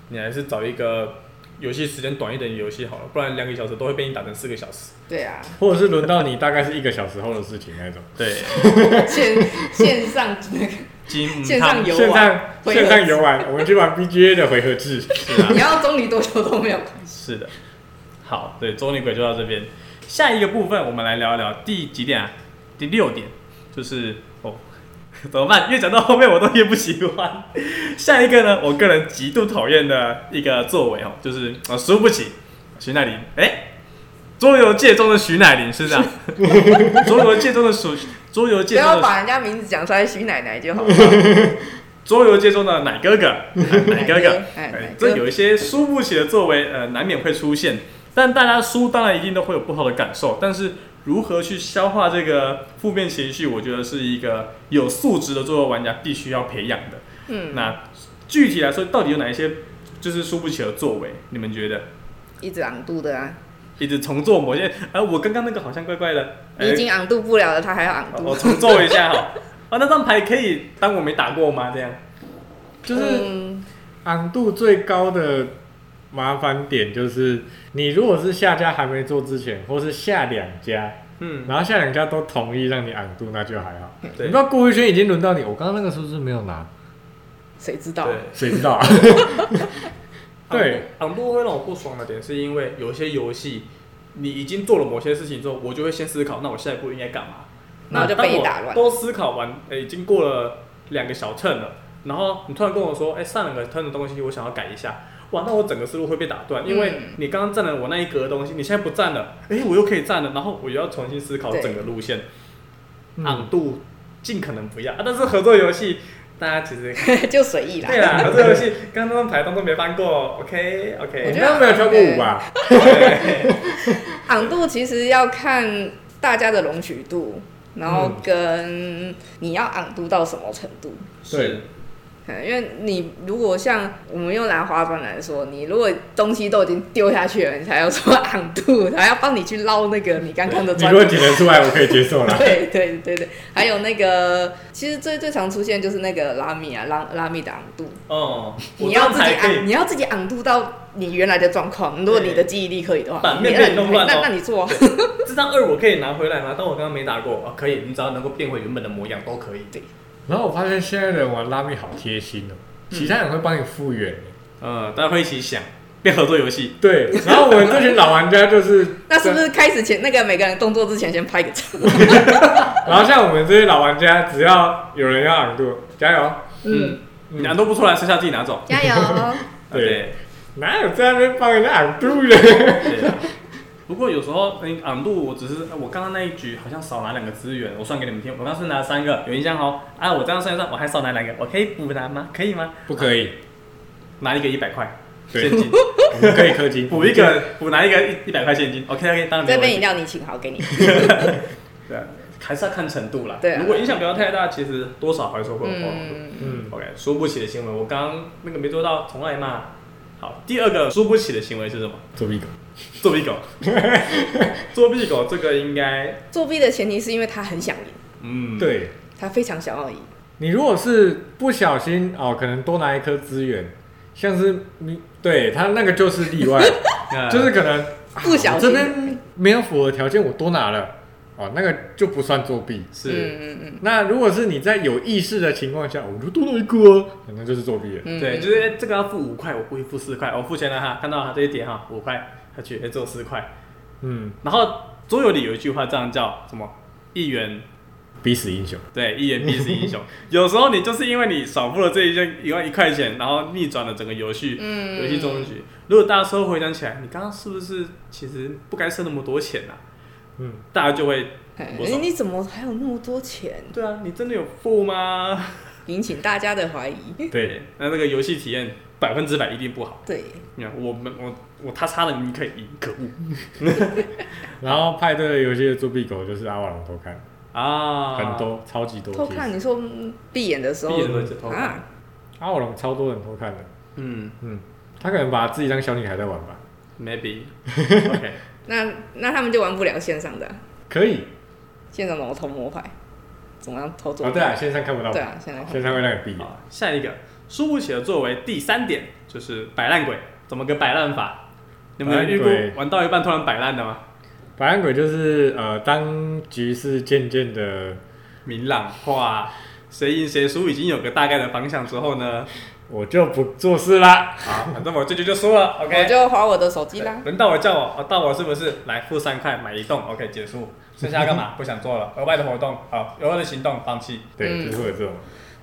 [SPEAKER 3] 你还是找一个游戏时间短一点的游戏好了，不然两个小时都会被你打成四个小时。
[SPEAKER 1] 对啊，
[SPEAKER 2] 或者是轮到你大概是一个小时后的事情那种，
[SPEAKER 3] 对，
[SPEAKER 1] 线线上那个
[SPEAKER 3] 金
[SPEAKER 1] 线上 [LAUGHS] 游
[SPEAKER 2] 线
[SPEAKER 1] 玩，
[SPEAKER 2] 上
[SPEAKER 1] 回合制
[SPEAKER 2] 线上游玩，我们去玩 BGA 的回合制。
[SPEAKER 3] 是啊
[SPEAKER 1] 你，要中离多久都没有关系。
[SPEAKER 3] 是的。好，对，中立鬼就到这边。下一个部分我们来聊一聊第几点啊？第六点，就是哦， [LAUGHS] 怎么办？越讲到后面我都越不喜欢。下一个呢，我个人极度讨厌的一个作为哦，就是啊，输不起，徐乃麟，哎、桌游界中的徐乃麟是这样， [LAUGHS] 桌游界中的属，桌游
[SPEAKER 1] 不
[SPEAKER 3] 界中的
[SPEAKER 1] 要把人家名字讲出来，徐奶奶就好了。
[SPEAKER 3] 桌游界中的奶
[SPEAKER 1] [LAUGHS]
[SPEAKER 3] 哥哥，奶哥哥，
[SPEAKER 1] 哎奶
[SPEAKER 3] 哎，
[SPEAKER 1] 哥
[SPEAKER 3] 这有一些输不起的作为，呃，难免会出现。但大家输当然一定都会有不好的感受，但是如何去消化这个负面情绪，我觉得是一个有素质的桌游玩家必须要培养的。
[SPEAKER 1] 嗯，
[SPEAKER 3] 那具体来说，到底有哪一些就是输不起的作为？你们觉得？
[SPEAKER 1] 一直昂度的啊，
[SPEAKER 3] 一直重做某些，呃，我刚刚那个好像怪怪的，哎哦
[SPEAKER 1] 你已经昂度不了了，他还要昂度，
[SPEAKER 3] 我重做一下哈。 [LAUGHS] 啊，那张牌可以当我没打过吗？这样
[SPEAKER 2] 就是
[SPEAKER 1] 嗯
[SPEAKER 2] 昂度最高的麻烦点就是，你如果是下家还没做之前，或是下两家，
[SPEAKER 3] 嗯，
[SPEAKER 2] 然后下两家都同意让你昂度，那就还好。
[SPEAKER 1] 嗯
[SPEAKER 2] 你
[SPEAKER 3] 对
[SPEAKER 2] 不要过一圈已经轮到你，我刚刚那个是不是没有拿？
[SPEAKER 1] 谁知道
[SPEAKER 3] 对
[SPEAKER 1] 啊？。
[SPEAKER 2] 谁知道啊？ [LAUGHS] 对，
[SPEAKER 3] 昂度会让我不爽的点，是因为有些游戏你已经做了某些事情之后，我就会先思考，那我下一步应该干嘛？
[SPEAKER 1] 然后就
[SPEAKER 3] 那当
[SPEAKER 1] 被
[SPEAKER 3] 我
[SPEAKER 1] 打乱
[SPEAKER 3] 都思考完，诶，已经过了两个小 turn 了，然后你突然跟我说，哎、上两个 turn 的东西我想要改一下，哇，那我整个思路会被打断，因为
[SPEAKER 1] 嗯
[SPEAKER 3] 你刚刚占了我那一格的东西，你现在不占了，哎、我又可以占了，然后我又要重新思考
[SPEAKER 1] 对
[SPEAKER 3] 整个路线，
[SPEAKER 2] 嗯
[SPEAKER 3] 昂度尽可能不要、啊，但是合作游戏大家其实。
[SPEAKER 1] [LAUGHS] 就随意
[SPEAKER 3] 对啊
[SPEAKER 1] 啦。
[SPEAKER 3] 啦，合作游戏刚刚那张牌当中没翻过，OK OK。
[SPEAKER 1] 我
[SPEAKER 2] 你
[SPEAKER 1] 觉得
[SPEAKER 2] 刚刚没有超过五吧？
[SPEAKER 1] 昂度其实要看大家的容许度，然后跟你要昂度到什么程度。
[SPEAKER 2] 对
[SPEAKER 3] 是，
[SPEAKER 1] 嗯因为你如果像我们用拿花瓣来说，你如果东西都已经丢下去了，你才要说 [LAUGHS] 昂度，还要帮你去捞那个你刚刚的
[SPEAKER 2] 你
[SPEAKER 1] 砖
[SPEAKER 2] 如。果解得出来，我可以接受
[SPEAKER 1] [LAUGHS]
[SPEAKER 2] 啦。
[SPEAKER 1] 对对对对，还有那个，其实最最常出现就是那个拉米啊，拉拉米的昂度，
[SPEAKER 3] 哦，
[SPEAKER 1] 你要
[SPEAKER 3] 我
[SPEAKER 1] 自
[SPEAKER 3] 这
[SPEAKER 1] 己
[SPEAKER 3] 样才可
[SPEAKER 1] 昂，
[SPEAKER 3] 以。
[SPEAKER 1] 你要自己昂度到你原来的状况。如果你的记忆力可以的话，
[SPEAKER 3] 版
[SPEAKER 1] 你
[SPEAKER 3] 面
[SPEAKER 1] 那
[SPEAKER 3] 被弄乱哦
[SPEAKER 1] 那那
[SPEAKER 3] 了
[SPEAKER 1] 你做啊，
[SPEAKER 3] 这张二我可以拿回来吗？但我刚刚没打过啊，可以，你只要能够变回原本的模样都可以。对，
[SPEAKER 2] 然后我发现现在的人玩拉米好贴心哦，其他人会帮你复原。
[SPEAKER 3] 嗯，大家会一起想变合作游戏。
[SPEAKER 2] 对，然后我们这群老玩家就是，
[SPEAKER 1] 那是不是开始前那个每个人动作之前先拍个照？
[SPEAKER 2] 然后像我们这些老玩家，只要有人要昂度，加油！
[SPEAKER 1] 嗯，
[SPEAKER 3] 嗯，你拿都不出来，剩下自己拿走。
[SPEAKER 1] 加
[SPEAKER 3] [LAUGHS]
[SPEAKER 1] 油！哦
[SPEAKER 2] 对哪有在那边帮人家昂度的？ [LAUGHS]
[SPEAKER 3] 对对 [LAUGHS] 啊。不过有时候，嗯，昂度，我只是我刚刚那一局好像少拿两个资源，我算给你们听，我刚刚是拿三个，有印象哦。啊，我这样算一算，我还少拿两个，我可以补拿吗？可以吗？
[SPEAKER 2] 不可以，
[SPEAKER 3] 拿一个一百块
[SPEAKER 2] 对
[SPEAKER 3] 现金，
[SPEAKER 2] 我们可以氪 [LAUGHS] 金，
[SPEAKER 3] 补一个，补拿一个一一百块现金。OK OK，当然没
[SPEAKER 1] 这
[SPEAKER 3] 有问
[SPEAKER 1] 杯
[SPEAKER 3] 题
[SPEAKER 1] 饮。料你请，好，给你。
[SPEAKER 3] 对啊，还是要看程度啦。
[SPEAKER 1] 对啊
[SPEAKER 3] 如果影响不要太大，其实多少还是会有包容度。
[SPEAKER 1] 嗯，
[SPEAKER 2] 嗯，
[SPEAKER 3] OK，输不起的行为，我刚刚那个没做到，重来嘛。好，第二个输不起的行为是什么？
[SPEAKER 2] 作弊狗。[LAUGHS]
[SPEAKER 3] 作弊狗。作弊狗这个应该，
[SPEAKER 1] 作弊的前提是因为他很想赢，
[SPEAKER 3] 嗯，，
[SPEAKER 2] 对
[SPEAKER 1] 他非常想要赢。
[SPEAKER 2] 你如果是不小心哦，可能多拿一颗资源，像是你对他那个 [LAUGHS] 就是例外，就是可能啊
[SPEAKER 1] 不小心
[SPEAKER 2] 我这边没有符合条件，我多拿了。哦，那个就不算作弊。
[SPEAKER 3] 是，
[SPEAKER 1] 嗯嗯
[SPEAKER 2] 那如果是你在有意识的情况下，我就多弄一个、啊，那就是作弊了。
[SPEAKER 1] 嗯，
[SPEAKER 3] 对，
[SPEAKER 1] 嗯
[SPEAKER 3] 就是哎这个要付五块，我故意付四块，我付钱了哈，看到他这一点哈，五块，他去哎只有四块，
[SPEAKER 2] 嗯，
[SPEAKER 3] 然后桌游里有一句话这样叫什么？一元
[SPEAKER 2] 逼死英雄。
[SPEAKER 3] 对，一元必是
[SPEAKER 2] [LAUGHS]
[SPEAKER 3] 英雄。有时候你就是因为你少付了这一件一万一块钱，然后逆转了整个游戏，
[SPEAKER 1] 嗯
[SPEAKER 3] 游戏终局。如果大家事后回想起来，你刚刚是不是其实不该剩那么多钱啊？
[SPEAKER 2] 嗯，
[SPEAKER 3] 大家就会，
[SPEAKER 1] 哎
[SPEAKER 3] 我懂
[SPEAKER 1] 你怎么还有那么多钱？
[SPEAKER 3] 对啊，你真的有付吗？
[SPEAKER 1] 引起大家的怀疑。 [LAUGHS]
[SPEAKER 2] 对，，
[SPEAKER 3] 那那个游戏体验百分之百一定不好。
[SPEAKER 1] 对，
[SPEAKER 3] 你看，我们我我他差了，你可以赢，可恶
[SPEAKER 2] 然后派对的游戏的作弊狗就是阿瓦隆偷看，
[SPEAKER 3] 啊！
[SPEAKER 2] 很多，超级多。
[SPEAKER 1] 哦偷看，你说嗯闭眼的时候
[SPEAKER 3] 闭眼的时候
[SPEAKER 1] 啊，
[SPEAKER 2] 阿瓦隆超多人偷看的，
[SPEAKER 3] 嗯
[SPEAKER 2] 嗯，他可能把自己当小女孩在玩吧。 [LAUGHS]
[SPEAKER 3] ，maybe OK，
[SPEAKER 1] 那那他们就玩不了线上的啊、
[SPEAKER 2] 可以
[SPEAKER 1] 线上怎么偷摸牌？怎么样偷做？
[SPEAKER 3] 哦
[SPEAKER 2] 啊，对啊，线上看不到，
[SPEAKER 1] 对啊，现在看
[SPEAKER 2] 线上会让你闭眼。
[SPEAKER 3] 好，啊下一个输不起的作为第三点就是摆烂鬼，怎么个摆烂法？你们有遇
[SPEAKER 2] 摆烂鬼
[SPEAKER 3] 过玩到一半突然摆烂的吗？
[SPEAKER 2] 白烂鬼就是呃，当局势渐渐的，
[SPEAKER 3] 明朗化，谁赢谁输已经有个大概的方向之后呢，
[SPEAKER 2] 我就不做事啦。
[SPEAKER 3] 好，反正我这局就输了
[SPEAKER 1] 我
[SPEAKER 3] ，OK。
[SPEAKER 1] 就划我的手机啦。
[SPEAKER 3] 轮到我叫我，哦到我是不是来付三块买一栋？OK，结束。剩下干嘛？不想做了。额外的活动，好，额外的行动，放弃。
[SPEAKER 2] 对，
[SPEAKER 1] 嗯
[SPEAKER 2] 就是会有这种。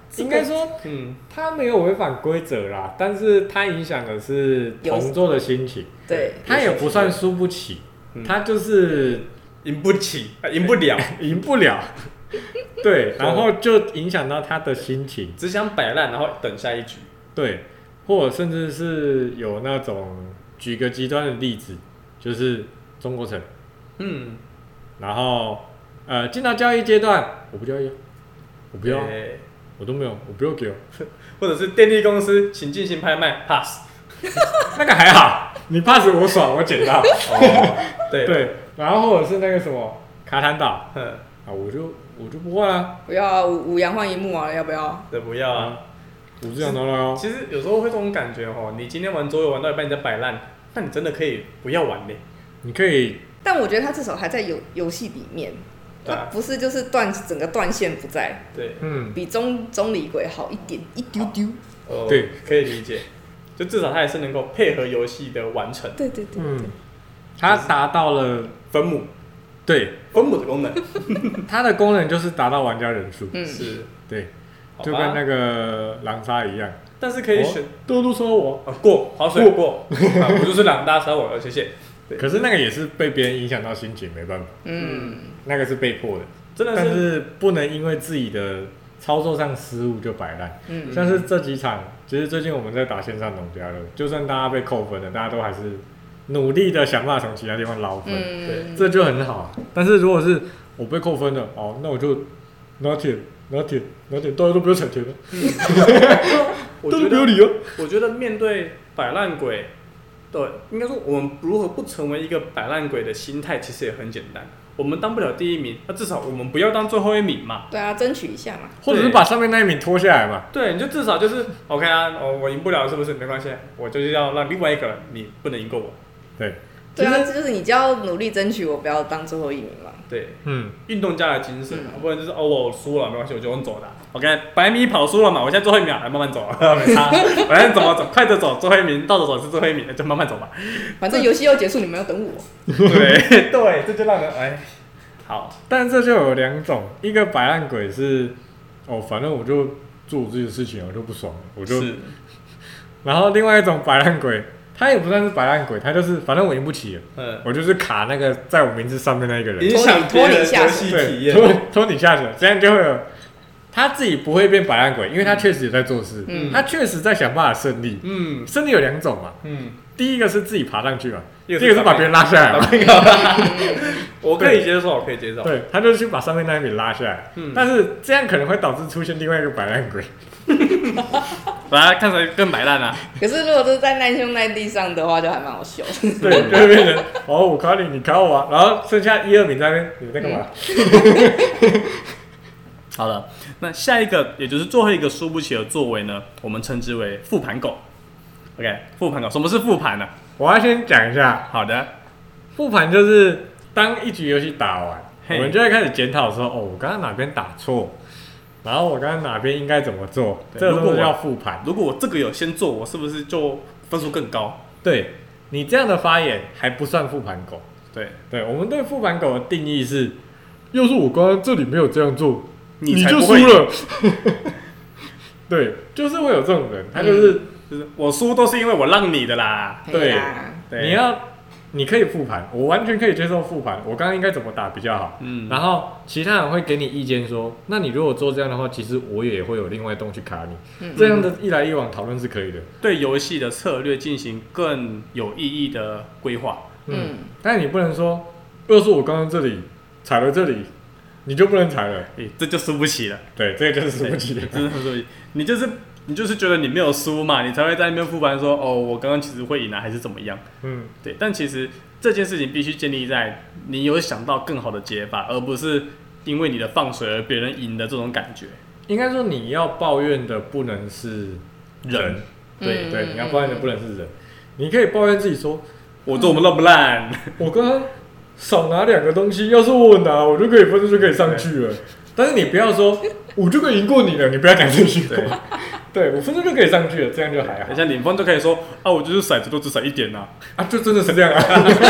[SPEAKER 1] 这
[SPEAKER 2] 应
[SPEAKER 1] 个
[SPEAKER 2] 该说
[SPEAKER 3] 嗯，
[SPEAKER 2] 他没有违反规则啦，但是他影响的是
[SPEAKER 1] 有
[SPEAKER 2] 同桌的心情，
[SPEAKER 1] 对，
[SPEAKER 2] 他也不算输不起
[SPEAKER 3] 嗯，
[SPEAKER 2] 他就是
[SPEAKER 3] 赢不起，呃赢不了，
[SPEAKER 2] 赢不
[SPEAKER 1] [LAUGHS]
[SPEAKER 2] 了。对，然后就影响到他的心情，
[SPEAKER 3] 只想摆烂，然后等下一局。
[SPEAKER 2] 对，或者甚至是有那种举个极端的例子，就是中国城，
[SPEAKER 3] 嗯，
[SPEAKER 2] 然后呃进到交易阶段，我不交易啊，我不要啊，
[SPEAKER 3] 对
[SPEAKER 2] 我都没有，我不要给我，
[SPEAKER 3] 或者是电力公司，请进行拍卖，pass。
[SPEAKER 2] 那个还好，你 pass 我爽，我捡
[SPEAKER 3] [LAUGHS]
[SPEAKER 2] 到，
[SPEAKER 3] 哦对，
[SPEAKER 2] 对，然后或者是那个什么卡坦岛
[SPEAKER 3] 嗯，
[SPEAKER 2] 啊，我就我就不换啦、
[SPEAKER 1] 不要啊五五羊换一木啊，要不要？
[SPEAKER 3] 这不要啊。
[SPEAKER 2] 我就想到了哦，
[SPEAKER 3] 其实有时候会这种感觉哦，你今天玩桌游玩到一半你在摆烂，那你真的可以不要玩嘞。
[SPEAKER 2] 你可以
[SPEAKER 1] 但我觉得他至少还在游游戏里面，
[SPEAKER 3] 对
[SPEAKER 1] 他
[SPEAKER 3] 啊
[SPEAKER 1] 不是就是断整个断线不在，
[SPEAKER 3] 对，
[SPEAKER 2] 嗯，
[SPEAKER 1] 比中中离鬼好一点一丢丢。
[SPEAKER 3] 哦，
[SPEAKER 2] 对，
[SPEAKER 3] 可以理解。就至少它也是能够配合游戏的完成
[SPEAKER 1] 对对对，
[SPEAKER 2] 嗯，它达到了
[SPEAKER 3] 分母，
[SPEAKER 2] 对
[SPEAKER 3] 分母的
[SPEAKER 2] [LAUGHS]
[SPEAKER 3] 功能
[SPEAKER 2] 它的功能就是达到玩家人数，
[SPEAKER 1] 嗯，
[SPEAKER 3] 是，
[SPEAKER 2] 对，
[SPEAKER 3] 好
[SPEAKER 2] 就跟
[SPEAKER 3] 吧
[SPEAKER 2] 那个狼杀一样，
[SPEAKER 3] 但是可以选
[SPEAKER 2] 哦多多说我，
[SPEAKER 3] 啊过划水过，啊我就是两大杀我，呃谢谢。对
[SPEAKER 2] 可是那个也是被别人影响到心情，没办法，
[SPEAKER 1] 嗯，
[SPEAKER 2] 那个是被迫的，
[SPEAKER 3] 真的
[SPEAKER 2] 但
[SPEAKER 3] 是
[SPEAKER 2] 是不能因为自己的操作上失误就摆烂。
[SPEAKER 1] 嗯
[SPEAKER 2] 像是这几场，其实最近我们在打线上农家乐，就算大家被扣分了，大家都还是努力的想办法从其他地方捞分，
[SPEAKER 1] 嗯，
[SPEAKER 2] 这就很好啊。但是如果是我被扣分了，哦，那我就拿铁拿铁拿铁，大啊家都不要抢钱了，大家
[SPEAKER 3] 我觉
[SPEAKER 2] 都不要
[SPEAKER 3] 得
[SPEAKER 2] 理哦。
[SPEAKER 3] 我觉得面对摆烂鬼，对，应该说我们如何不成为一个摆烂鬼的心态，其实也很简单。我们当不了第一名，那至少我们不要当最后一名嘛。
[SPEAKER 1] 对啊，争取一下嘛。
[SPEAKER 2] 或者是把上面那一名拖下来嘛。
[SPEAKER 3] 对，你就至少就是 OK 啊，我我赢不了是不是？没关系，我就是要让另外一个人你不能赢过我。
[SPEAKER 2] 对，
[SPEAKER 1] 对啊，这就是你只要努力争取，我不要当最后一名嘛。
[SPEAKER 3] 对，
[SPEAKER 2] 嗯，
[SPEAKER 3] 运动家的精神啊，
[SPEAKER 1] 嗯
[SPEAKER 3] 不然就是哦我输了没关系，我就用走的啊。OK，百米跑输了嘛，我现在最后一名啊，还慢慢走啊， [LAUGHS] 没差，反正怎么走，快着走，最后一名，倒着走是最后一名，那就慢慢走吧。
[SPEAKER 1] 反正游戏要结束，你们要等我。
[SPEAKER 2] [LAUGHS]
[SPEAKER 3] 对 [LAUGHS] 对，这就让人哎，好，
[SPEAKER 2] 但这就有两种，一个摆烂鬼是，哦，反正我就做我自己的事情，我就不爽了，我就。
[SPEAKER 3] 是
[SPEAKER 2] 然后另外一种摆烂鬼，他也不算是摆烂鬼，他就是反正我赢不起了，
[SPEAKER 3] 嗯，
[SPEAKER 2] 我就是卡那个在我名字上面那一个人，
[SPEAKER 3] 影响别
[SPEAKER 1] 脱离
[SPEAKER 3] 人
[SPEAKER 1] 下
[SPEAKER 3] 游
[SPEAKER 1] 水
[SPEAKER 3] 戏体
[SPEAKER 2] 对，
[SPEAKER 3] 验，
[SPEAKER 2] 拖拖你下去了，这样就会有他自己不会变摆烂鬼，因为他确实也在做事，
[SPEAKER 1] 嗯
[SPEAKER 2] 他确实在想办法胜利。
[SPEAKER 3] 嗯
[SPEAKER 2] 胜利有两种嘛，
[SPEAKER 3] 嗯，
[SPEAKER 2] 第一个是自己爬上去嘛，第
[SPEAKER 3] 一
[SPEAKER 2] 二
[SPEAKER 3] 个是
[SPEAKER 2] 个是把别人拉下来嘛，
[SPEAKER 3] 嗯我可以接受，我可以接受，
[SPEAKER 2] 对，他就去把上面那一名拉下来，
[SPEAKER 3] 嗯
[SPEAKER 2] 但是这样可能会导致出现另外一个摆烂鬼，
[SPEAKER 3] 把它看成更摆烂了。啊
[SPEAKER 1] 可是如果是在难兄难弟上的话，就还蛮好笑的。
[SPEAKER 2] 对，就会变成哦，我卡你，你卡我啊，然后剩下一二名在那边，你们在干嘛？
[SPEAKER 3] 嗯好了，那下一个也就是最后一个输不起的作为呢，我们称之为复盘狗。OK，复盘狗，什么是复盘呢、
[SPEAKER 2] 我要先讲一下，
[SPEAKER 3] 好的，
[SPEAKER 2] 复盘就是当一局游戏打完，我
[SPEAKER 3] 嘿
[SPEAKER 2] 们就会开始检讨说，哦，我刚刚哪边打错，然后我刚刚哪边应该怎么做，
[SPEAKER 3] 对
[SPEAKER 2] 这
[SPEAKER 3] 如果
[SPEAKER 2] 都
[SPEAKER 3] 我
[SPEAKER 2] 是要复盘。
[SPEAKER 3] 如果我这个有先做，我是不是就分数更高？
[SPEAKER 2] 对你这样的发言还不算复盘狗。
[SPEAKER 3] 对，
[SPEAKER 2] 对我们对复盘狗的定义是，要是我刚刚这里没有这样做，
[SPEAKER 3] 你才
[SPEAKER 2] 就
[SPEAKER 3] 不
[SPEAKER 2] 输
[SPEAKER 3] 会赢，
[SPEAKER 2] 了。 [LAUGHS] 对，就是会有这种人，他就是、
[SPEAKER 3] 嗯就是我输都是因为我让你的啦。
[SPEAKER 1] [LAUGHS]
[SPEAKER 2] 对
[SPEAKER 1] 啦，
[SPEAKER 3] 对，
[SPEAKER 2] 你要，你可以复盘，我完全可以接受复盘，我刚刚应该怎么打比较好。
[SPEAKER 3] 嗯，
[SPEAKER 2] 然后其他人会给你意见说，那你如果做这样的话，其实我也会有另外一栋去卡你。
[SPEAKER 1] 嗯
[SPEAKER 2] 这样的一来一往讨论是可以的，
[SPEAKER 3] 对游戏的策略进行更有意义的规划。
[SPEAKER 2] 嗯，
[SPEAKER 1] 嗯，
[SPEAKER 2] 但你不能说，要是我刚刚这里踩了这里，你就不能踩了。
[SPEAKER 3] 诶、哎这就输不起了，哎
[SPEAKER 2] 对，这个就是输不起的。
[SPEAKER 3] 真的输不起。你就是你就是觉得你没有输嘛，你才会在那边复盘说，哦，我刚刚其实会赢啊，还是怎么样？
[SPEAKER 2] 嗯，
[SPEAKER 3] 对，但其实这件事情必须建立在你有想到更好的解法，而不是因为你的放水而别人赢的这种感觉。
[SPEAKER 2] 应该说你要抱怨的不能是人，对
[SPEAKER 1] 嗯
[SPEAKER 2] 对，
[SPEAKER 1] 嗯
[SPEAKER 2] 你要抱怨的不能是人，你可以抱怨自己说，
[SPEAKER 3] 我做我们烂不烂？
[SPEAKER 2] 我刚刚少拿两个东西，要是我拿，我就可以分数就可以上去了。但是你不要说，我就可以赢过你了，你不要讲这句
[SPEAKER 3] 对
[SPEAKER 2] 话。对，我分数就可以上去了，这样就还好
[SPEAKER 3] 等一下领风就可以说啊，我就是骰子都只骰一点呐、
[SPEAKER 2] 啊，就真的是这 [LAUGHS] 样啊，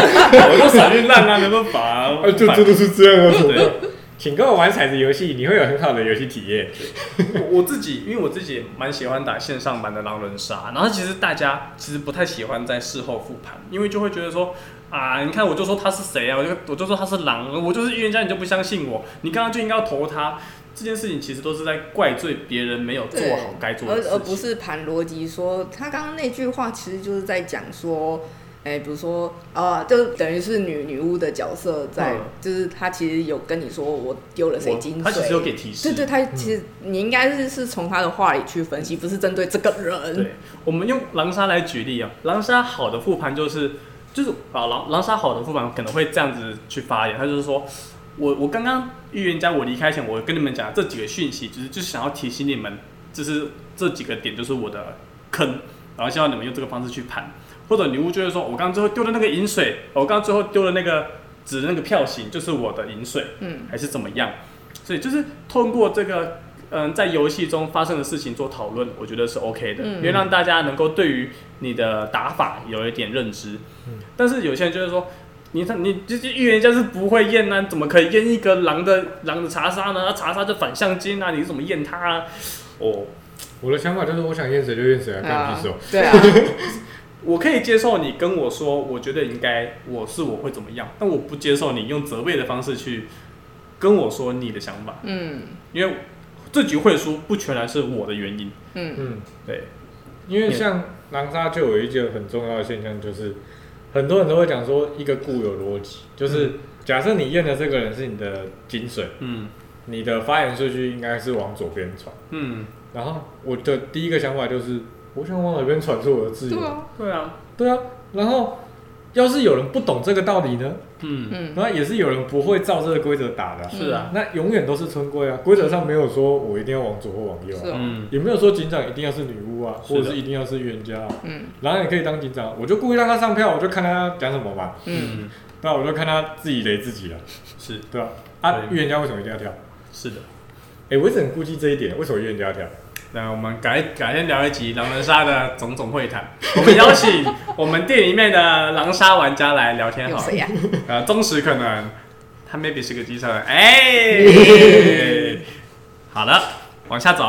[SPEAKER 3] 我都骰运烂啦，没办法、啊，
[SPEAKER 2] [LAUGHS] 啊，就真的是这样啊，怎么办
[SPEAKER 3] 对。
[SPEAKER 2] 请跟我玩骰子游戏，你会有很好的游戏体验。
[SPEAKER 3] 我我自己，因为我自己也蛮喜欢打线上版的狼人杀，然后其实大家其实不太喜欢在事后复盘，因为就会觉得说啊，你看我就说他是谁啊，我就我就说他是狼，我就是预言家，你就不相信我，你刚刚就应该要投他。这件事情其实都是在怪罪别人没有做
[SPEAKER 1] 对
[SPEAKER 3] 好该做
[SPEAKER 1] 而
[SPEAKER 3] 的事情，
[SPEAKER 1] 而不是盘逻辑说，他刚刚那句话其实就是在讲说，哎、比如说啊、就等于是女女巫的角色在，
[SPEAKER 3] 嗯
[SPEAKER 1] 就是他其实有跟你说我丢了谁
[SPEAKER 3] 我
[SPEAKER 1] 金水，
[SPEAKER 3] 他其实有给提示。
[SPEAKER 1] 对对，他其实你应该是是从他的话里去分析，不是针对这个人。
[SPEAKER 3] 对，我们用狼杀来举例啊，狼杀好的复盘就是就是啊，狼狼杀好的复盘可能会这样子去发言，他就是说我我刚刚预言家我离开前，我跟你们讲这几个讯息，就是就是想要提醒你们，就是这几个点就是我的坑，然后希望你们用这个方式去盘，或者女巫就会说，我刚刚最后丢的那个饮水，我刚刚最后丢的那个指的那个票型就是我的饮水，
[SPEAKER 1] 嗯，
[SPEAKER 3] 还是怎么样。所以就是通过这个嗯，在游戏中发生的事情做讨论，我觉得是 OK 的，
[SPEAKER 1] 嗯
[SPEAKER 3] 因为让大家能够对于你的打法有一点认知。
[SPEAKER 2] 嗯
[SPEAKER 3] 但是有些人就是说。你看，你就是预言家是不会验啊，怎么可以验一个狼的狼的查杀呢？啊查杀就反向金啊，你怎么验它啊？哦，
[SPEAKER 2] 我的想法就是，我想验谁就验谁啊，干屁
[SPEAKER 1] 啊
[SPEAKER 2] 事哦。，
[SPEAKER 1] 对啊，
[SPEAKER 3] 我可以接受你跟我说，我觉得应该我是我会怎么样，但我不接受你用责备的方式去跟我说你的想法。
[SPEAKER 1] 嗯
[SPEAKER 3] 因为这局会输不全然是我的原因。
[SPEAKER 1] 嗯
[SPEAKER 2] 嗯，
[SPEAKER 3] 对，
[SPEAKER 2] 因为像狼杀就有一件很重要的现象，就是很多人都会讲说一个固有逻辑，就是假设你验的这个人是你的金水，
[SPEAKER 3] 嗯
[SPEAKER 2] 你的发言顺序应该是往左边传。
[SPEAKER 3] 嗯，
[SPEAKER 2] 然后我的第一个想法就是，我想往哪边传是我的自由。
[SPEAKER 1] 对啊，
[SPEAKER 3] 对啊，
[SPEAKER 2] 对啊然后要是有人不懂这个道理呢，
[SPEAKER 3] 嗯，
[SPEAKER 1] 嗯，
[SPEAKER 2] 那也是有人不会照这个规则打的啊、
[SPEAKER 3] 是啊，
[SPEAKER 2] 那永远都是村规啊，规则上没有说我一定要往左或往右
[SPEAKER 1] 是
[SPEAKER 2] 啊，
[SPEAKER 1] 哦
[SPEAKER 3] 嗯
[SPEAKER 2] 也没有说警长一定要是女巫啊，
[SPEAKER 3] 是
[SPEAKER 2] 或
[SPEAKER 3] 的
[SPEAKER 2] 者是一定要是预言家啊。
[SPEAKER 1] 嗯
[SPEAKER 2] 然后你可以当警长，我就故意让他上票，我就看他讲什么嘛。
[SPEAKER 1] 嗯，
[SPEAKER 3] 嗯，
[SPEAKER 2] 那我就看他自己雷自己了，
[SPEAKER 3] 是
[SPEAKER 2] 对吧、啊？
[SPEAKER 3] 对
[SPEAKER 2] 预言家为什么一定要跳？
[SPEAKER 3] 是的。
[SPEAKER 2] 哎、我一直很顾忌这一点，为什么预言家要跳？
[SPEAKER 3] 那我们改改天聊一集狼人杀的种种会谈，我们邀请我们店里面的狼杀玩家来聊天
[SPEAKER 1] 有
[SPEAKER 3] 好了。
[SPEAKER 1] 谁呀？啊
[SPEAKER 3] 呃，忠实可能他 maybe 是个机车人，哎、好了，往下走。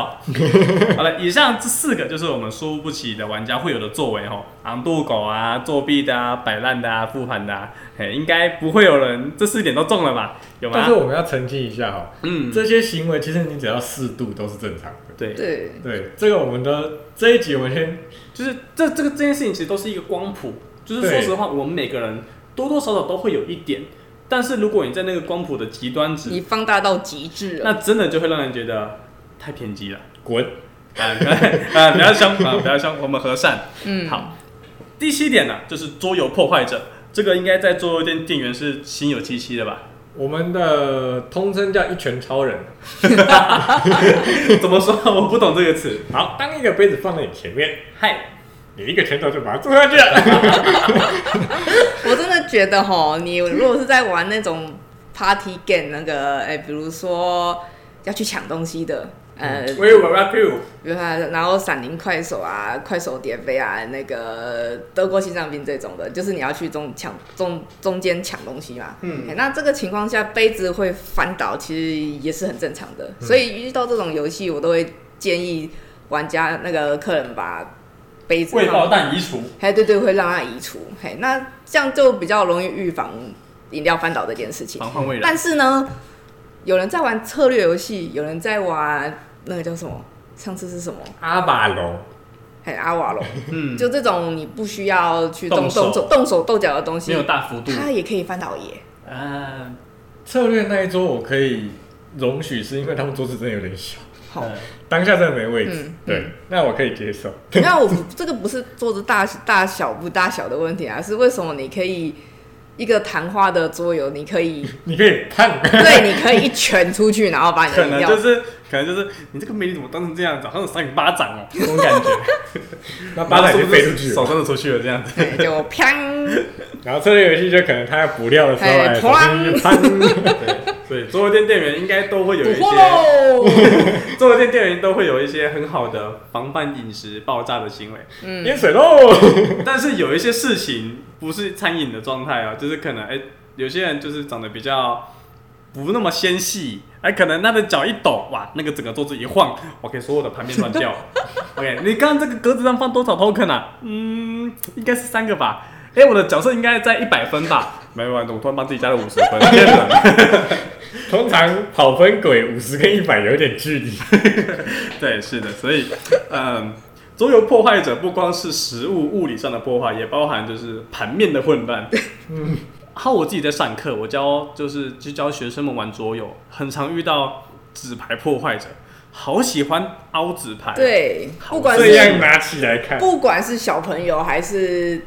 [SPEAKER 3] 好了，以上这四个就是我们输不起的玩家会有的作为哦，昂度狗啊、作弊的啊、摆烂的啊、复盘的啊，哎，应该不会有人这四点都中了吧？有
[SPEAKER 2] 但是
[SPEAKER 3] 吗？
[SPEAKER 2] 我们要澄清一下哈、
[SPEAKER 3] 嗯，
[SPEAKER 2] 这些行为其实你只要适度都是正常的。
[SPEAKER 3] 对，
[SPEAKER 1] 对，
[SPEAKER 2] 对，这个我们的这一集我们先
[SPEAKER 3] 就是这这个这件事情其实都是一个光谱，就是说
[SPEAKER 2] 对
[SPEAKER 3] 实话，我们每个人多多少少都会有一点，但是如果你在那个光谱的极端值，
[SPEAKER 1] 你放大到极致了
[SPEAKER 3] 那。真的就会让人觉得太偏激了。
[SPEAKER 2] 滚。
[SPEAKER 3] 啊，不要啊，不要凶啊，不要凶，我们和善。
[SPEAKER 1] 嗯，
[SPEAKER 3] 好，第七点呢、就是桌游破坏者，这个应该在桌游店店员是心有戚戚的吧？ [LAUGHS]
[SPEAKER 2] 我们的通称叫一拳超人。
[SPEAKER 3] 怎么说？我不懂这个词。
[SPEAKER 2] 好，当一个杯子放在你前面，
[SPEAKER 3] 嗨，
[SPEAKER 2] 你一个拳头就把它揍下去
[SPEAKER 3] [LAUGHS]
[SPEAKER 2] 了。
[SPEAKER 1] 我真的觉得哈，你如果是在玩那种 party game 那个，哎、比如说要去抢东西的，呃，
[SPEAKER 2] 嗯
[SPEAKER 3] We will rock you。
[SPEAKER 1] 比如说，然后闪灵快手啊、快手叠飞啊、那个德国心脏病这种的，就是你要去中抢中中间抢东西嘛。
[SPEAKER 3] 嗯
[SPEAKER 1] 哎那这个情况下杯子会翻倒，其实也是很正常的。所以遇到这种游戏，我都会建议玩家那个客人把杯子
[SPEAKER 3] 未
[SPEAKER 1] 放
[SPEAKER 3] 爆弹移除。
[SPEAKER 1] 哎，对对，会让它移除。嘿，那这样就比较容易预防饮料翻倒这件事情。
[SPEAKER 3] 防患未然。
[SPEAKER 1] 但是呢，有人在玩策略游戏，有人在玩那个叫什么？上次是什么？
[SPEAKER 2] 阿瓦隆，
[SPEAKER 1] 嘿，阿瓦隆，
[SPEAKER 3] 嗯，
[SPEAKER 1] 就这种你不需要去动
[SPEAKER 3] 动手
[SPEAKER 1] 动手动手动脚的东
[SPEAKER 3] 没
[SPEAKER 1] 西
[SPEAKER 3] 有，大幅度。
[SPEAKER 1] 它也可以翻倒耶。
[SPEAKER 3] 啊，
[SPEAKER 2] 策略那一桌我可以容许，是因为他们桌子真的有点小，
[SPEAKER 1] 好，
[SPEAKER 3] 呃
[SPEAKER 2] 当下真的没位置。
[SPEAKER 1] 嗯
[SPEAKER 2] 对，那我可以接受。
[SPEAKER 1] 那我这个不是桌子大大小不大小的问题啊，是为什么你可以一个谈话的桌游，你可以
[SPEAKER 2] 你可以看
[SPEAKER 1] 对，你可以一拳出去，然后把你的
[SPEAKER 3] 可
[SPEAKER 1] 饮
[SPEAKER 3] 能
[SPEAKER 1] 料
[SPEAKER 3] 就是，可能就是，你这个美女怎么当成这样子？好像扇你巴掌哦，这种感觉。 [LAUGHS]
[SPEAKER 2] 那巴掌就飞出去
[SPEAKER 3] 手
[SPEAKER 2] 了。
[SPEAKER 3] 伸得出去了这样子。
[SPEAKER 1] 嘿
[SPEAKER 3] [LAUGHS]
[SPEAKER 1] 就砰，
[SPEAKER 2] 然后策略游戏就可能他要补料的时候，
[SPEAKER 1] 哎
[SPEAKER 2] 哎，手伸进去砰
[SPEAKER 3] 所以桌游店店员应该都会有
[SPEAKER 1] 捕
[SPEAKER 3] 一
[SPEAKER 1] 获
[SPEAKER 3] 些，
[SPEAKER 1] 喽！
[SPEAKER 3] 桌游店店员都会有一些很好的防范饮食爆炸的行为。
[SPEAKER 1] 嗯
[SPEAKER 2] 淹水喽！
[SPEAKER 3] 但是有一些事情不是餐饮的状态哦，就是可能哎、有些人就是长得比较不那么纤细，哎、可能他的脚一抖，哇，那个整个桌子一晃，OK，所有的盘面乱掉。OK，你刚刚这个格子上放多少 token 啊？嗯，应该是三个吧。哎、我的角色应该在一百分吧？没有，啊我突然帮自己加了五十分，天哪！
[SPEAKER 2] 通常跑分轨五十跟一百有点距离，
[SPEAKER 3] 对，是的，所以，嗯，桌游破坏者不光是食物物理上的破坏，也包含就是盘面的混乱。嗯，好，我自己在上课，我教就是就教学生们玩桌游，很常遇到纸牌破坏者，好喜欢凹纸牌，，
[SPEAKER 1] 对，
[SPEAKER 3] 好
[SPEAKER 1] 不管
[SPEAKER 2] 这
[SPEAKER 1] 是
[SPEAKER 2] 样拿起来看，
[SPEAKER 1] 不管是小朋友还是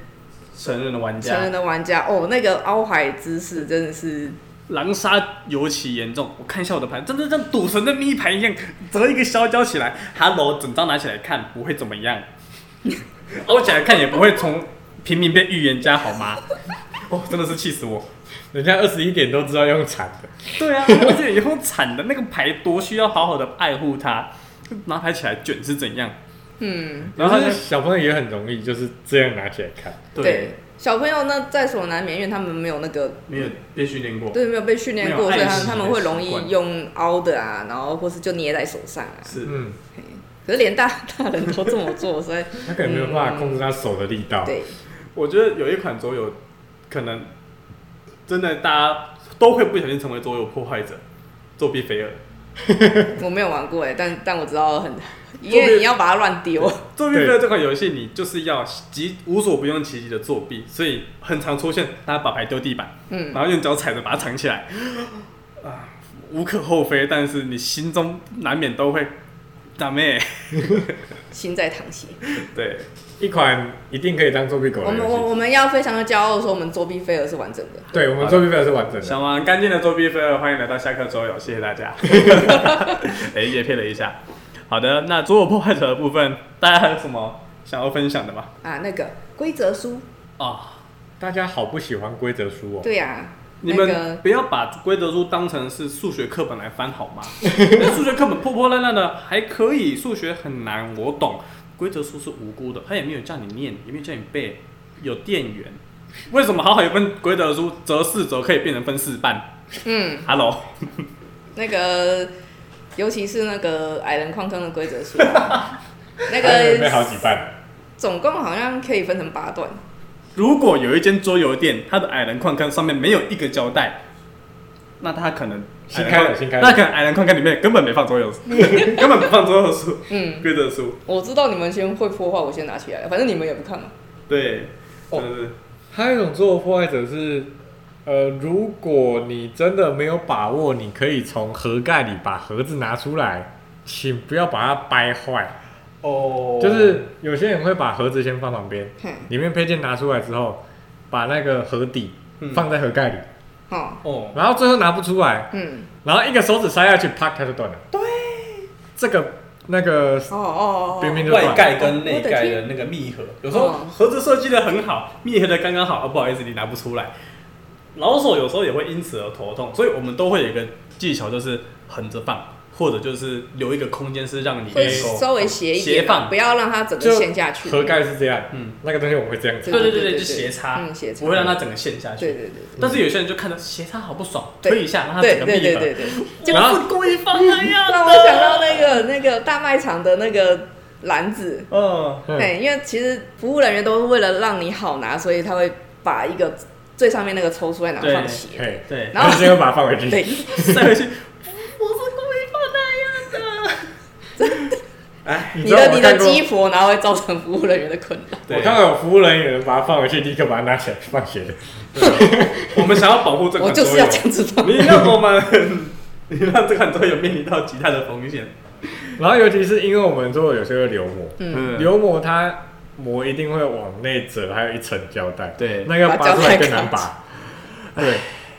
[SPEAKER 3] 成人的玩
[SPEAKER 1] 成人
[SPEAKER 3] 家，
[SPEAKER 1] 的玩家，哦，那个凹海姿势真的是
[SPEAKER 3] 狼杀尤其严重。我看一下我的盘，真的像赌神的密盘一样，折一个削胶起来，Hello，整张拿起来看不会怎么样， [LAUGHS] 凹起来看也不会从平民变预言家好吗？ [LAUGHS] 哦，真的是气死我。
[SPEAKER 2] 人家二十一点都知道用铲的，
[SPEAKER 3] 对 [LAUGHS] 啊，而且以后产的那个牌多需要好好的爱护它，拿牌起来卷是怎样？
[SPEAKER 1] 嗯，
[SPEAKER 2] 然
[SPEAKER 3] 然后
[SPEAKER 2] 后
[SPEAKER 3] 他就
[SPEAKER 2] 小朋友也很容易就是这样拿起来看。
[SPEAKER 1] 对，小朋友呢在所难免，因为他们没有那个
[SPEAKER 3] 没有被训练过，
[SPEAKER 1] 对没有被训练过，所
[SPEAKER 3] 没有
[SPEAKER 1] 以
[SPEAKER 3] 爱
[SPEAKER 1] 他
[SPEAKER 3] 惜
[SPEAKER 1] 们他们
[SPEAKER 3] 的
[SPEAKER 1] 会
[SPEAKER 3] 习
[SPEAKER 1] 容
[SPEAKER 3] 惯
[SPEAKER 1] 易用凹的啊，然后或是就捏在手上啊。
[SPEAKER 3] 是
[SPEAKER 2] 嗯，
[SPEAKER 1] 可是连大大人都这么做，
[SPEAKER 3] [LAUGHS]
[SPEAKER 1] 所以
[SPEAKER 2] 他可能没有办法控制他手的力道。
[SPEAKER 1] 对
[SPEAKER 3] 我觉得有一款桌游，可能真的大家都会不小心成为桌游破坏者，作弊肥尔。
[SPEAKER 1] 我没有玩过哎，但但我知道很，因为你要把它乱丢，
[SPEAKER 3] 作弊肥尔这款游戏，你就是要极无所不用其极的作弊，所以很常出现大家把牌丢地板，
[SPEAKER 1] 嗯，
[SPEAKER 3] 然后用脚踩着把它藏起来，啊，无可厚非，但是你心中难免都会打妹。
[SPEAKER 1] 心在淌血。
[SPEAKER 3] 对，
[SPEAKER 2] 一款一定可以当作弊狗
[SPEAKER 1] 我
[SPEAKER 2] 的
[SPEAKER 1] 们我
[SPEAKER 2] 游戏。
[SPEAKER 1] 我们要非常的骄傲地说，我们作弊飞蛾是完整的。
[SPEAKER 2] 对，我们作弊表是完整的。
[SPEAKER 3] 想玩干净的作弊飞儿，欢迎来到下课桌游，谢谢大家。 [LAUGHS] 哎、也配了一下。好的，那桌游破坏者的部分，大家还有什么想要分享的吗？
[SPEAKER 1] 啊，那个规则书，
[SPEAKER 3] 啊、
[SPEAKER 2] 大家好不喜欢规则书哦。
[SPEAKER 1] 对呀、
[SPEAKER 3] 你
[SPEAKER 1] 那个
[SPEAKER 3] 们不要把规则书当成是数学课本来翻好吗？ [LAUGHS] 数学课本破破烂烂的还可以，数学很难，我懂。规则书是无辜的，他也没有叫你念，也没有叫你背，有电源。为什么好好一份规则书折四折可以变成分四半
[SPEAKER 1] 嗯，
[SPEAKER 3] ？Hello，
[SPEAKER 1] 那个尤其是那个矮人矿坑的规则书啊、
[SPEAKER 3] [LAUGHS]
[SPEAKER 1] 那
[SPEAKER 3] 哎
[SPEAKER 2] 被好
[SPEAKER 1] 个
[SPEAKER 2] 几半，
[SPEAKER 1] 总共好像可以分成八段，
[SPEAKER 3] 如果有一间桌游店，它的矮人矿坑上面没有一个胶带，那它可能
[SPEAKER 2] 新开的新开的
[SPEAKER 3] 那可能矮人矿坑里面根本没放桌游
[SPEAKER 1] [LAUGHS]
[SPEAKER 3] 书，根本不放桌游书，
[SPEAKER 1] 嗯，
[SPEAKER 3] 规则书，
[SPEAKER 1] 我知道你们先会破坏，我先拿起来，反正你们也不看嘛。
[SPEAKER 3] 对，
[SPEAKER 2] 哦
[SPEAKER 3] 就是
[SPEAKER 2] 还有一种作为破坏者是，呃，如果你真的没有把握，你可以从盒盖里把盒子拿出来，请不要把它掰坏。
[SPEAKER 3] 哦
[SPEAKER 2] 就是有些人会把盒子先放旁边，
[SPEAKER 1] 哼，
[SPEAKER 2] 里面配件拿出来之后，把那个盒底
[SPEAKER 3] 嗯
[SPEAKER 2] 放在盒盖里，
[SPEAKER 1] 哦，
[SPEAKER 3] 哦，
[SPEAKER 2] 然后最后拿不出来，
[SPEAKER 1] 嗯，
[SPEAKER 2] 然后一个手指塞下去，啪，它就断了。对，这个那个
[SPEAKER 1] 哦哦哦
[SPEAKER 2] 冰冰
[SPEAKER 1] 哦，
[SPEAKER 2] 就断了。
[SPEAKER 3] 跟
[SPEAKER 1] 内盖的
[SPEAKER 3] 那个密合，有
[SPEAKER 1] 时候
[SPEAKER 3] 啊盒子设计的很好，密合的刚刚好，哦，不好意思，你拿不出来。老手有时候也会因此而头痛，所以我们都会有一个技巧，就是横着放，或者就是留一个空间是让你
[SPEAKER 1] 会
[SPEAKER 3] 能够
[SPEAKER 1] 稍微斜一
[SPEAKER 3] 斜
[SPEAKER 1] 点嘛，
[SPEAKER 3] 放
[SPEAKER 1] 不。要让它整个
[SPEAKER 2] 就
[SPEAKER 1] 陷下去。
[SPEAKER 2] 盒盖是这样，
[SPEAKER 3] 嗯，
[SPEAKER 2] 那个东西我会这样子
[SPEAKER 3] 对对对
[SPEAKER 1] 对
[SPEAKER 3] 对，
[SPEAKER 1] 对
[SPEAKER 3] 就斜插，
[SPEAKER 1] 嗯，斜插
[SPEAKER 3] 不会让它整个陷下
[SPEAKER 1] 对
[SPEAKER 3] 去。
[SPEAKER 1] 对对
[SPEAKER 3] 但是有些人就看到斜插好不爽，
[SPEAKER 1] 对
[SPEAKER 3] 推一下让它
[SPEAKER 1] 对
[SPEAKER 3] 整个
[SPEAKER 1] 对
[SPEAKER 3] 密啊
[SPEAKER 1] 对
[SPEAKER 3] 了。
[SPEAKER 1] 对对对，
[SPEAKER 3] 结果是故意放那样
[SPEAKER 1] 让我想到那个那个大卖场的那个篮子，
[SPEAKER 3] [LAUGHS] 嗯，
[SPEAKER 2] 嗯
[SPEAKER 1] 对，因为其实服务人员都是为了让你好拿，所以他会把一个最上面那个抽出来，然后
[SPEAKER 3] 对
[SPEAKER 1] 放斜。
[SPEAKER 2] 嘿，
[SPEAKER 3] 对，
[SPEAKER 1] 然后
[SPEAKER 2] 后先把它放回去。
[SPEAKER 1] 对，
[SPEAKER 3] [LAUGHS] 塞回去。
[SPEAKER 1] 我是故意放那样的。
[SPEAKER 3] 哎，
[SPEAKER 2] 你
[SPEAKER 1] 你
[SPEAKER 2] 知道
[SPEAKER 1] 的
[SPEAKER 2] 我
[SPEAKER 1] 你的
[SPEAKER 2] 看过，
[SPEAKER 1] 激活，然后会造成服务人员的困扰。
[SPEAKER 3] 对啊
[SPEAKER 2] 我看到有服务人员把它放回去，立刻把它拿起来放斜的。
[SPEAKER 3] 啊我们想要保护这
[SPEAKER 1] 我
[SPEAKER 3] 款桌
[SPEAKER 1] 就是要
[SPEAKER 3] 游，
[SPEAKER 1] 这样子放。
[SPEAKER 3] 你让我们，你让这款桌游面临到极大的风险。
[SPEAKER 2] 然后尤其是因为我们做有些会留膜，
[SPEAKER 1] 嗯，
[SPEAKER 2] 留膜它膜一定会往内折，还有一层胶带，
[SPEAKER 3] 对
[SPEAKER 2] 那个
[SPEAKER 1] 把
[SPEAKER 2] 拔
[SPEAKER 1] 胶
[SPEAKER 2] 出来
[SPEAKER 1] 带
[SPEAKER 2] 更难
[SPEAKER 1] 扛
[SPEAKER 2] 拔。对，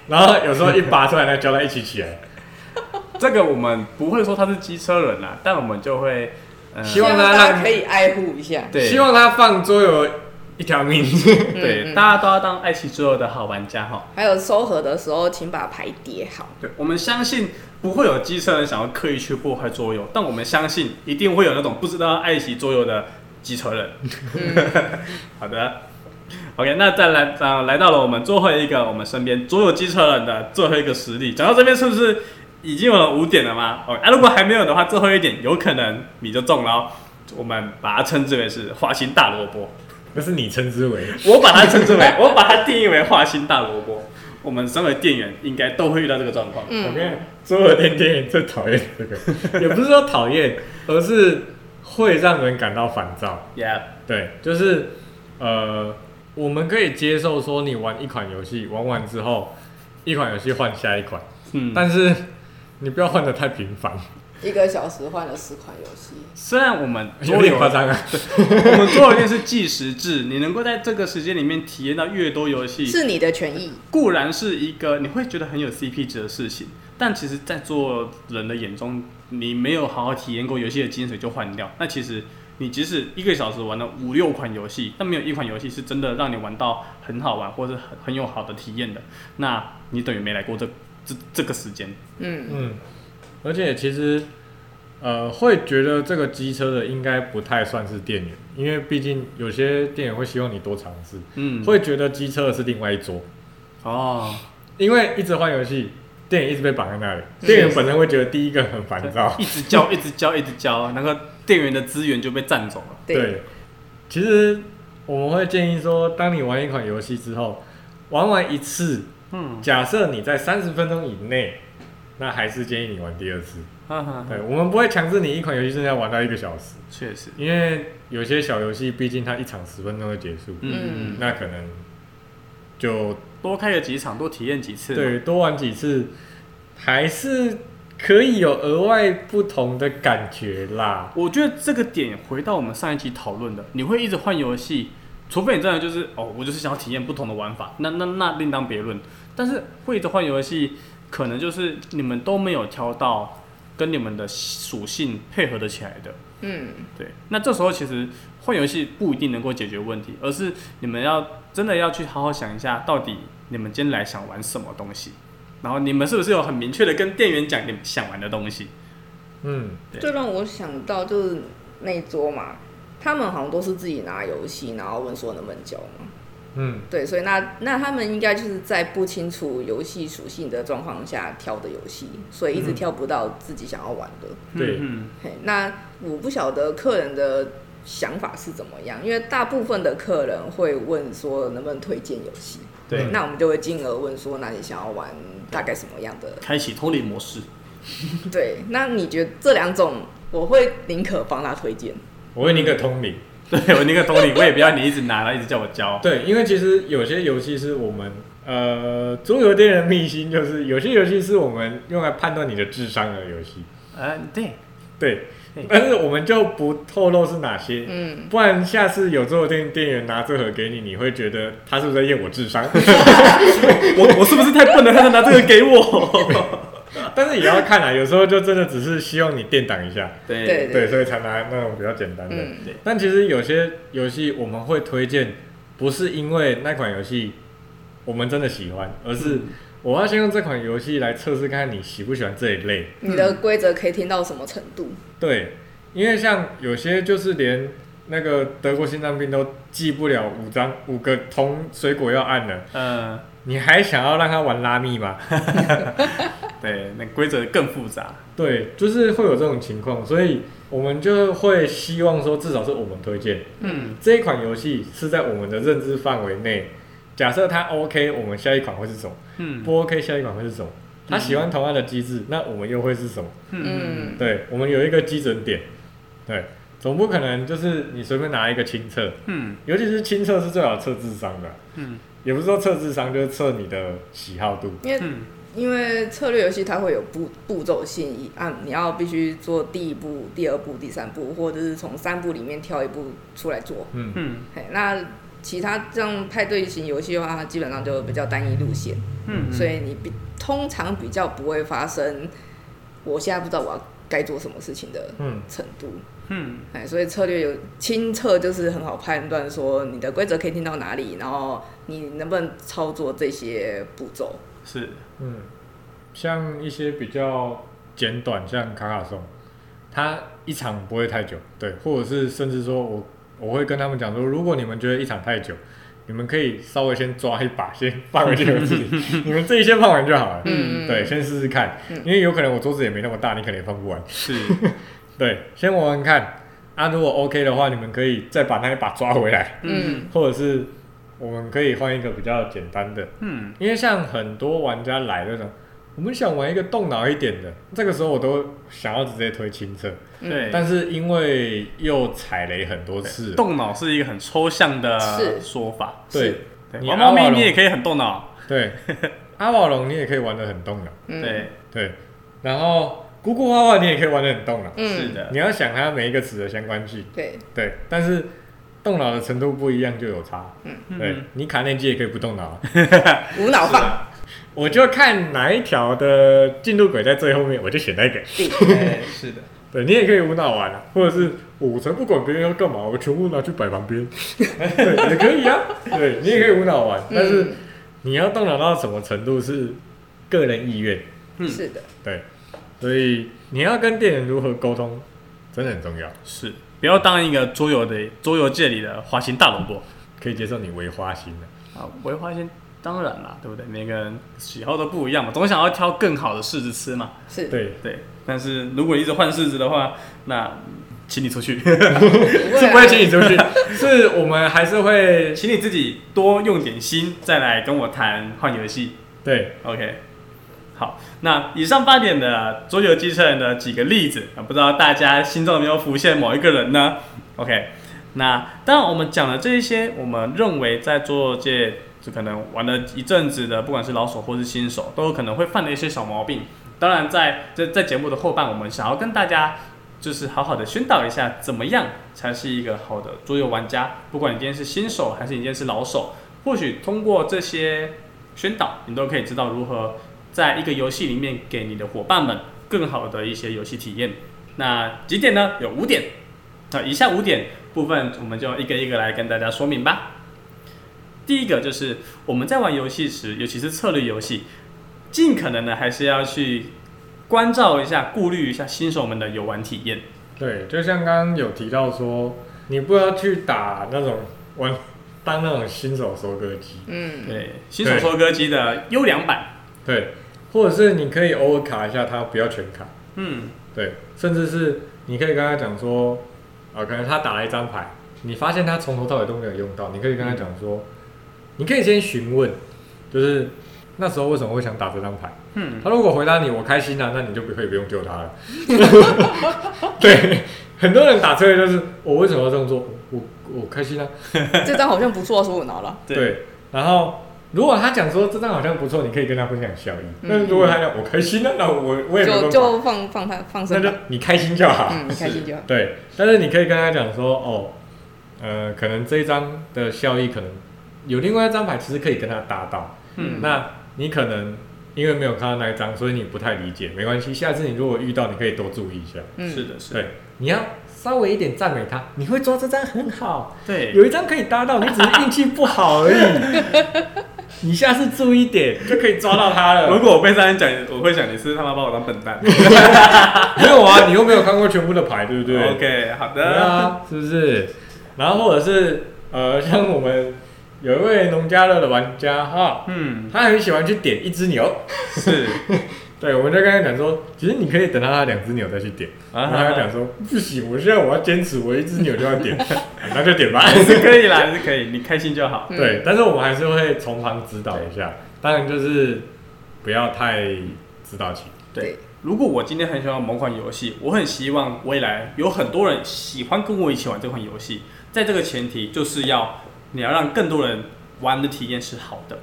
[SPEAKER 2] 然后有时候一拔出来，那胶带一起起来。
[SPEAKER 3] 这个我们不会说他是机车人啦，但我们就会，呃，
[SPEAKER 2] 希
[SPEAKER 1] 希
[SPEAKER 2] 望
[SPEAKER 1] 望
[SPEAKER 2] 大家
[SPEAKER 1] 大
[SPEAKER 2] 让
[SPEAKER 1] 家可以爱护一下。
[SPEAKER 3] 对，
[SPEAKER 2] 希望它放桌游一条
[SPEAKER 3] [LAUGHS]
[SPEAKER 2] 命。
[SPEAKER 1] 嗯
[SPEAKER 3] 对、
[SPEAKER 1] 嗯
[SPEAKER 3] 大家都要当爱奇之后的好玩家哈。
[SPEAKER 1] 还有收盒的时候，请把牌叠好。
[SPEAKER 3] 对，我们相信不会有机车人想要刻意去破坏桌游，但我们相信一定会有那种不知道爱惜桌游的机车人。 [LAUGHS] 好的，OK，那再来，啊、来到了我们最后一个我们身边桌游机车人的最后一个实例。讲到这边是不是已经有了五点了吗？哦、啊，如果还没有的话，最后一点有可能你就中了哦、我们把它称之为是花心大萝卜。
[SPEAKER 2] 那是你称之为
[SPEAKER 3] 我把它称之为，我把它定义为花心大萝卜。我们身为店员，应该都会遇到这个状况。
[SPEAKER 2] 我
[SPEAKER 1] 嗯
[SPEAKER 2] 跟你讲，桌游店店员最讨厌这个，
[SPEAKER 3] [LAUGHS]
[SPEAKER 2] 也不是说讨厌，而是会让人感到烦躁。
[SPEAKER 3] Yeah，
[SPEAKER 2] 对，就是呃，我们可以接受说你玩一款游戏，玩完之后一款游戏换下一款，
[SPEAKER 3] 嗯，但
[SPEAKER 2] 但是你不要换的太频繁，
[SPEAKER 1] 一个小时换了四款游戏，
[SPEAKER 3] 虽然我们
[SPEAKER 2] 有
[SPEAKER 3] 桌
[SPEAKER 2] 点
[SPEAKER 3] 游，
[SPEAKER 2] 夸张啊。
[SPEAKER 3] 我们桌游店是计时制，你能够在这个时间里面体验到越多游戏，
[SPEAKER 1] 是你的权益。
[SPEAKER 3] 固然是一个你会觉得很有 CP 值的事情，但其实，在做人的眼中，你没有好好体验过游戏的精髓就换掉，那其实。你即使一个小时玩了五六款游戏，但没有一款游戏是真的让你玩到很好玩或者很很有好的体验的，那你等于没来过这这这个时间。
[SPEAKER 1] 嗯，
[SPEAKER 2] 嗯，而且其实呃，会觉得这个机车的应该不太算是店员，因为毕竟有些店员会希望你多尝试，
[SPEAKER 3] 嗯，
[SPEAKER 2] 会觉得机车的是另外一桌，
[SPEAKER 3] 哦，
[SPEAKER 2] 因为一直换游戏。店员一直被绑在那里，店员本身会觉得第一个很烦躁，
[SPEAKER 3] 一直交，一直交，一直交，那个店员的资源就被占走了。
[SPEAKER 1] 对，
[SPEAKER 2] 对，其实我们会建议说，当你玩一款游戏之后，玩完一次，
[SPEAKER 3] 嗯，
[SPEAKER 2] 假设你在三十分钟以内，那还是建议你玩第二次。
[SPEAKER 3] 哈哈，
[SPEAKER 2] 对，我们不会强制你一款游戏真的要玩到一个小时，
[SPEAKER 3] 确实，
[SPEAKER 2] 因为有些小游戏毕竟它一场十分钟就结束，
[SPEAKER 3] 嗯，
[SPEAKER 2] 那可能就
[SPEAKER 3] 多开个几场，多体验几次。，
[SPEAKER 2] 对多玩几次，还是可以有额外不同的感觉啦。
[SPEAKER 3] 我觉得这个点回到我们上一期讨论的，你会一直换游戏，除非你真的就是哦，我就是想要体验不同的玩法，那那那另当别论。但是会一直换游戏，可能就是你们都没有挑到跟你们的属性配合的起来的。
[SPEAKER 1] 嗯，
[SPEAKER 3] 对，那这时候其实换游戏不一定能够解决问题，而是你们要真的要去好好想一下，到底你们今天来想玩什么东西，然后你们是不是有很明确的跟店员讲你们想玩的东西？
[SPEAKER 2] 嗯，
[SPEAKER 3] 对
[SPEAKER 1] 这让我想到就是那一桌嘛，他们好像都是自己拿游戏，然后问说能不能教嘛。
[SPEAKER 2] 嗯，
[SPEAKER 1] 对，所以那那他们应该就是在不清楚游戏属性的状况下挑的游戏，所以一直挑不到自己想要玩的。
[SPEAKER 2] 对
[SPEAKER 3] 嗯
[SPEAKER 1] 嘿，那我不晓得客人的想法是怎么样，因为大部分的客人会问说能不能推荐游戏，
[SPEAKER 3] 对，
[SPEAKER 1] 那我们就会进而问说那你想要玩大概什么样
[SPEAKER 4] [LAUGHS]
[SPEAKER 1] 的？
[SPEAKER 3] 开启通灵模式。
[SPEAKER 1] 对，那你觉得这两种，我会宁可帮他推荐。
[SPEAKER 2] 我问你一个通灵。
[SPEAKER 3] 对我那个通灵，我也不要你一直拿来一直叫我教。
[SPEAKER 2] 对，因为其实有些游戏是我们呃桌游店的秘辛，就是有些游戏是我们用来判断你的智商的游戏，
[SPEAKER 3] 呃，对，
[SPEAKER 2] 对
[SPEAKER 3] 对。
[SPEAKER 2] 但是我们就不透露是哪些，
[SPEAKER 1] 嗯，
[SPEAKER 2] 不然下次有桌游店店员拿这盒给你，你会觉得他是不是在验我智商？ [LAUGHS]
[SPEAKER 3] 我我是不是太笨了？他才拿这个给我。
[SPEAKER 2] 但是也要看啊，有时候就真的只是希望你垫挡一下，
[SPEAKER 3] 对
[SPEAKER 1] 对
[SPEAKER 2] 对，所以才拿那种比较简单的。
[SPEAKER 1] 嗯
[SPEAKER 2] 但其实有些游戏我们会推荐，不是因为那款游戏我们真的喜欢，而
[SPEAKER 1] 嗯
[SPEAKER 2] 是我要先用这款游戏来测试看你喜不喜欢这一类。
[SPEAKER 4] 你的规则可以听到什么程度？
[SPEAKER 2] 对，因为像有些就是连那个德国心脏病都记不了五张五个同水果要按了，
[SPEAKER 3] 嗯，
[SPEAKER 2] 你还想要让他玩拉密吗？ [LAUGHS]
[SPEAKER 3] 对，那规则更复杂。
[SPEAKER 2] 对，就是会有这种情况，所以我们就会希望说，至少是我们推荐
[SPEAKER 3] 嗯，
[SPEAKER 2] 这一款游戏是在我们的认知范围内。假设它 OK，我们下一款会是什么？
[SPEAKER 3] 嗯
[SPEAKER 2] 不 OK，下一款会是什么？他喜欢同样的机制，那我们又会是什么？
[SPEAKER 4] 嗯，
[SPEAKER 2] 对，我们有一个基准点，对，总不可能就是你随便拿一个亲测，
[SPEAKER 3] 嗯
[SPEAKER 2] 尤其是亲测是最好测智商的，
[SPEAKER 3] 嗯
[SPEAKER 2] 也不是说测智商，就是测你的喜好度。
[SPEAKER 4] 因为
[SPEAKER 3] 嗯
[SPEAKER 4] 因为策略游戏它会有步步骤性，一按你要必须做第一步、第二步、第三步，或者是从三步里面挑一步出来做。
[SPEAKER 2] 嗯，
[SPEAKER 3] 嗯
[SPEAKER 4] 嘿，那其他这样派对型游戏的话，它基本上就比较单一路线，
[SPEAKER 3] 嗯，
[SPEAKER 4] 所以你比通常比较不会发生我现在不知道我要该做什么事情的
[SPEAKER 2] 嗯
[SPEAKER 4] 程度。
[SPEAKER 3] 嗯
[SPEAKER 4] 哎，所以策略有亲测就是很好判断说你的规则可以听到哪里，然后你能不能操作这些步骤。
[SPEAKER 3] 是
[SPEAKER 2] 嗯，像一些比较简短，像卡卡颂，它一场不会太久，对，或者是甚至说我我会跟他们讲说，如果你们觉得一场太久，你们可以稍微先抓一把，先放回去游
[SPEAKER 4] [LAUGHS]
[SPEAKER 2] 戏里，你们自己先放完就好了。
[SPEAKER 4] 嗯
[SPEAKER 2] 对，先试试看，
[SPEAKER 4] 嗯
[SPEAKER 2] 因为有可能我桌子也没那么大，你可能也放不完。
[SPEAKER 3] 是，
[SPEAKER 2] 对，先玩玩看。啊，如果 OK 的话，你们可以再把那一把抓回来， [LAUGHS]
[SPEAKER 4] 嗯
[SPEAKER 2] 或者是我们可以换一个比较简单的，
[SPEAKER 3] 嗯
[SPEAKER 2] 因为像很多玩家来那种，我们想玩一个动脑一点的，这个时候我都想要直接推亲测，
[SPEAKER 4] 嗯
[SPEAKER 3] 对，
[SPEAKER 2] 但是因为又踩雷很多次，
[SPEAKER 3] 动脑是一个很抽象的
[SPEAKER 4] 是
[SPEAKER 3] 说法。
[SPEAKER 2] 对
[SPEAKER 3] 对，
[SPEAKER 2] 你
[SPEAKER 3] 玩
[SPEAKER 2] 阿
[SPEAKER 3] 猫咪
[SPEAKER 2] 瓦
[SPEAKER 3] 你也
[SPEAKER 2] 隆
[SPEAKER 3] 可以很动脑。
[SPEAKER 2] 对，
[SPEAKER 3] [LAUGHS]
[SPEAKER 2] 阿瓦隆你也可以玩的很动脑，
[SPEAKER 4] 嗯，
[SPEAKER 3] 对，
[SPEAKER 2] 对，然后姑姑画画你也可以玩的很动脑，
[SPEAKER 4] 嗯，
[SPEAKER 3] 是的
[SPEAKER 2] 你，要想它每一个词的相关性，
[SPEAKER 4] 对，
[SPEAKER 2] 对，但是动脑的程度不一样就有差，对
[SPEAKER 3] 嗯
[SPEAKER 2] 你卡内基也可以不动脑啊，
[SPEAKER 4] 无脑
[SPEAKER 3] 是
[SPEAKER 4] 放
[SPEAKER 2] [LAUGHS]
[SPEAKER 3] 啊
[SPEAKER 2] 我就看哪一条的进度轨在最后面，我就选那个。
[SPEAKER 4] 定。
[SPEAKER 3] 对，哎是的，
[SPEAKER 2] 对你也可以无脑玩啊，或者是我才不管别人要干嘛，我全部拿去摆旁边，对，也可以啊。对你也可以无脑玩，但是你要动脑到什么程度是个人意愿，
[SPEAKER 3] 嗯
[SPEAKER 4] 是的，
[SPEAKER 2] 对，所以你要跟店员如何沟通，真的很重要。
[SPEAKER 3] 是，不要当一个桌游的桌游界里的花心大萝卜
[SPEAKER 2] 可以接受你为花心的、
[SPEAKER 3] 啊！我会花心，当然啦，对不对？每个人喜好都不一样嘛，总想要挑更好的柿子吃嘛。
[SPEAKER 4] 是的，
[SPEAKER 2] 对，
[SPEAKER 3] 对，但是如果一直换柿子的话，那请你出
[SPEAKER 2] [LAUGHS]
[SPEAKER 3] 去， [LAUGHS]
[SPEAKER 2] 是不会请你出去，是我们还是会
[SPEAKER 3] 请你自己多用点心，再来跟我谈换游戏。
[SPEAKER 2] 对，
[SPEAKER 3] OK，好，那以上八点的桌游机车人的几个例子，啊，不知道大家心中有没有浮现某一个人呢？OK，那当然我们讲的这一些，我们认为在桌游界就可能玩了一阵子的，不管是老手或是新手，都有可能会犯的一些小毛病。当然在，在在节目的后半，我们想要跟大家就是好好的宣导一下，怎么样才是一个好的桌游玩家。不管你今天是新手还是你今天是老手，或许通过这些宣导，你都可以知道如何在一个游戏里面给你的伙伴们更好的一些游戏体验。那几点呢？有五点。那以下五点部分，我们就一个一个来跟大家说明吧。第一个就是我们在玩游戏时，尤其是策略游戏，尽可能的还是要去关照一下、顾虑一下新手们的游玩体验。
[SPEAKER 2] 对，就像刚刚有提到说，你不要去打那种玩当那种新手收割机，
[SPEAKER 4] 嗯，
[SPEAKER 3] 对，新手收割机的优良版，
[SPEAKER 2] 对，或者是你可以偶尔卡一下他，不要全卡。
[SPEAKER 3] 嗯
[SPEAKER 2] 对，甚至是你可以跟他讲说，啊、可能他打了一张牌，你发现他从头到尾都没有用到，你可以跟他讲说，你可以先询问，就是那时候为什么会想打这张牌。
[SPEAKER 3] 嗯，
[SPEAKER 2] [LAUGHS] 他如果回答你我开心啊，那你就不可以不用救他
[SPEAKER 4] [LAUGHS]
[SPEAKER 2] 了。对，很多人打策略就是我为什么要这么做，我我开心啊。
[SPEAKER 4] 这张好像不错，说我拿了。
[SPEAKER 3] 对
[SPEAKER 2] 对，然后如果他讲说这张好像不错，你可以跟他分享效益。
[SPEAKER 4] 嗯
[SPEAKER 2] 但是如果他讲我开心啊，那我我也没
[SPEAKER 4] 就
[SPEAKER 2] 办法，
[SPEAKER 4] 就放放他放
[SPEAKER 2] 那
[SPEAKER 4] 生
[SPEAKER 2] 就
[SPEAKER 4] 吧，
[SPEAKER 2] 你开心就好。
[SPEAKER 4] 嗯，你开心就好。
[SPEAKER 2] 对，但是你可以跟他讲说，哦，呃，可能这一张的效益可能有另外一张牌，其实可以跟他搭到。
[SPEAKER 3] 嗯
[SPEAKER 2] 那你可能因为没有看到那一张，所以你不太理解，没关系，下次你如果遇到，你可以多注意一下。
[SPEAKER 4] 嗯，
[SPEAKER 3] 是的，是的，
[SPEAKER 2] 对，你要稍微一点赞美他，你会 [LAUGHS] 抓这张很好，
[SPEAKER 3] 对，
[SPEAKER 2] [LAUGHS] 有一张可以搭到，你只是运气不好而已。你下次注意点就可以抓到他 [LAUGHS]
[SPEAKER 3] 如
[SPEAKER 2] 了。
[SPEAKER 3] 果我被这样讲，我会想你是他妈把我当笨蛋。
[SPEAKER 2] 没有啊，你又没有看过全部的牌，对不对
[SPEAKER 3] OK，好
[SPEAKER 2] 对
[SPEAKER 3] 的。
[SPEAKER 2] 啊，是不是？然后或者是呃，像我们有一位农家乐的玩家哈，
[SPEAKER 3] 嗯，
[SPEAKER 2] 他很喜欢去点一只牛。 [LAUGHS]
[SPEAKER 3] 是。
[SPEAKER 2] 对，我们就跟他讲说，其实你可以等到他两只牛再去点。
[SPEAKER 3] 啊
[SPEAKER 2] 然后他就讲说，不行，我现在我要坚持，我一只牛就要点，那就点吧。
[SPEAKER 3] [LAUGHS] 还是可以啦，还是可以，你开心就好。
[SPEAKER 4] 嗯
[SPEAKER 2] 对，但是我们还是会从旁指导一下，当然就是不要太指导起。
[SPEAKER 4] 对，
[SPEAKER 3] 如果我今天很喜欢某款游戏，我很希望未来有很多人喜欢跟我一起玩这款游戏。在这个前提，就是要你要让更多人玩的体验是好的。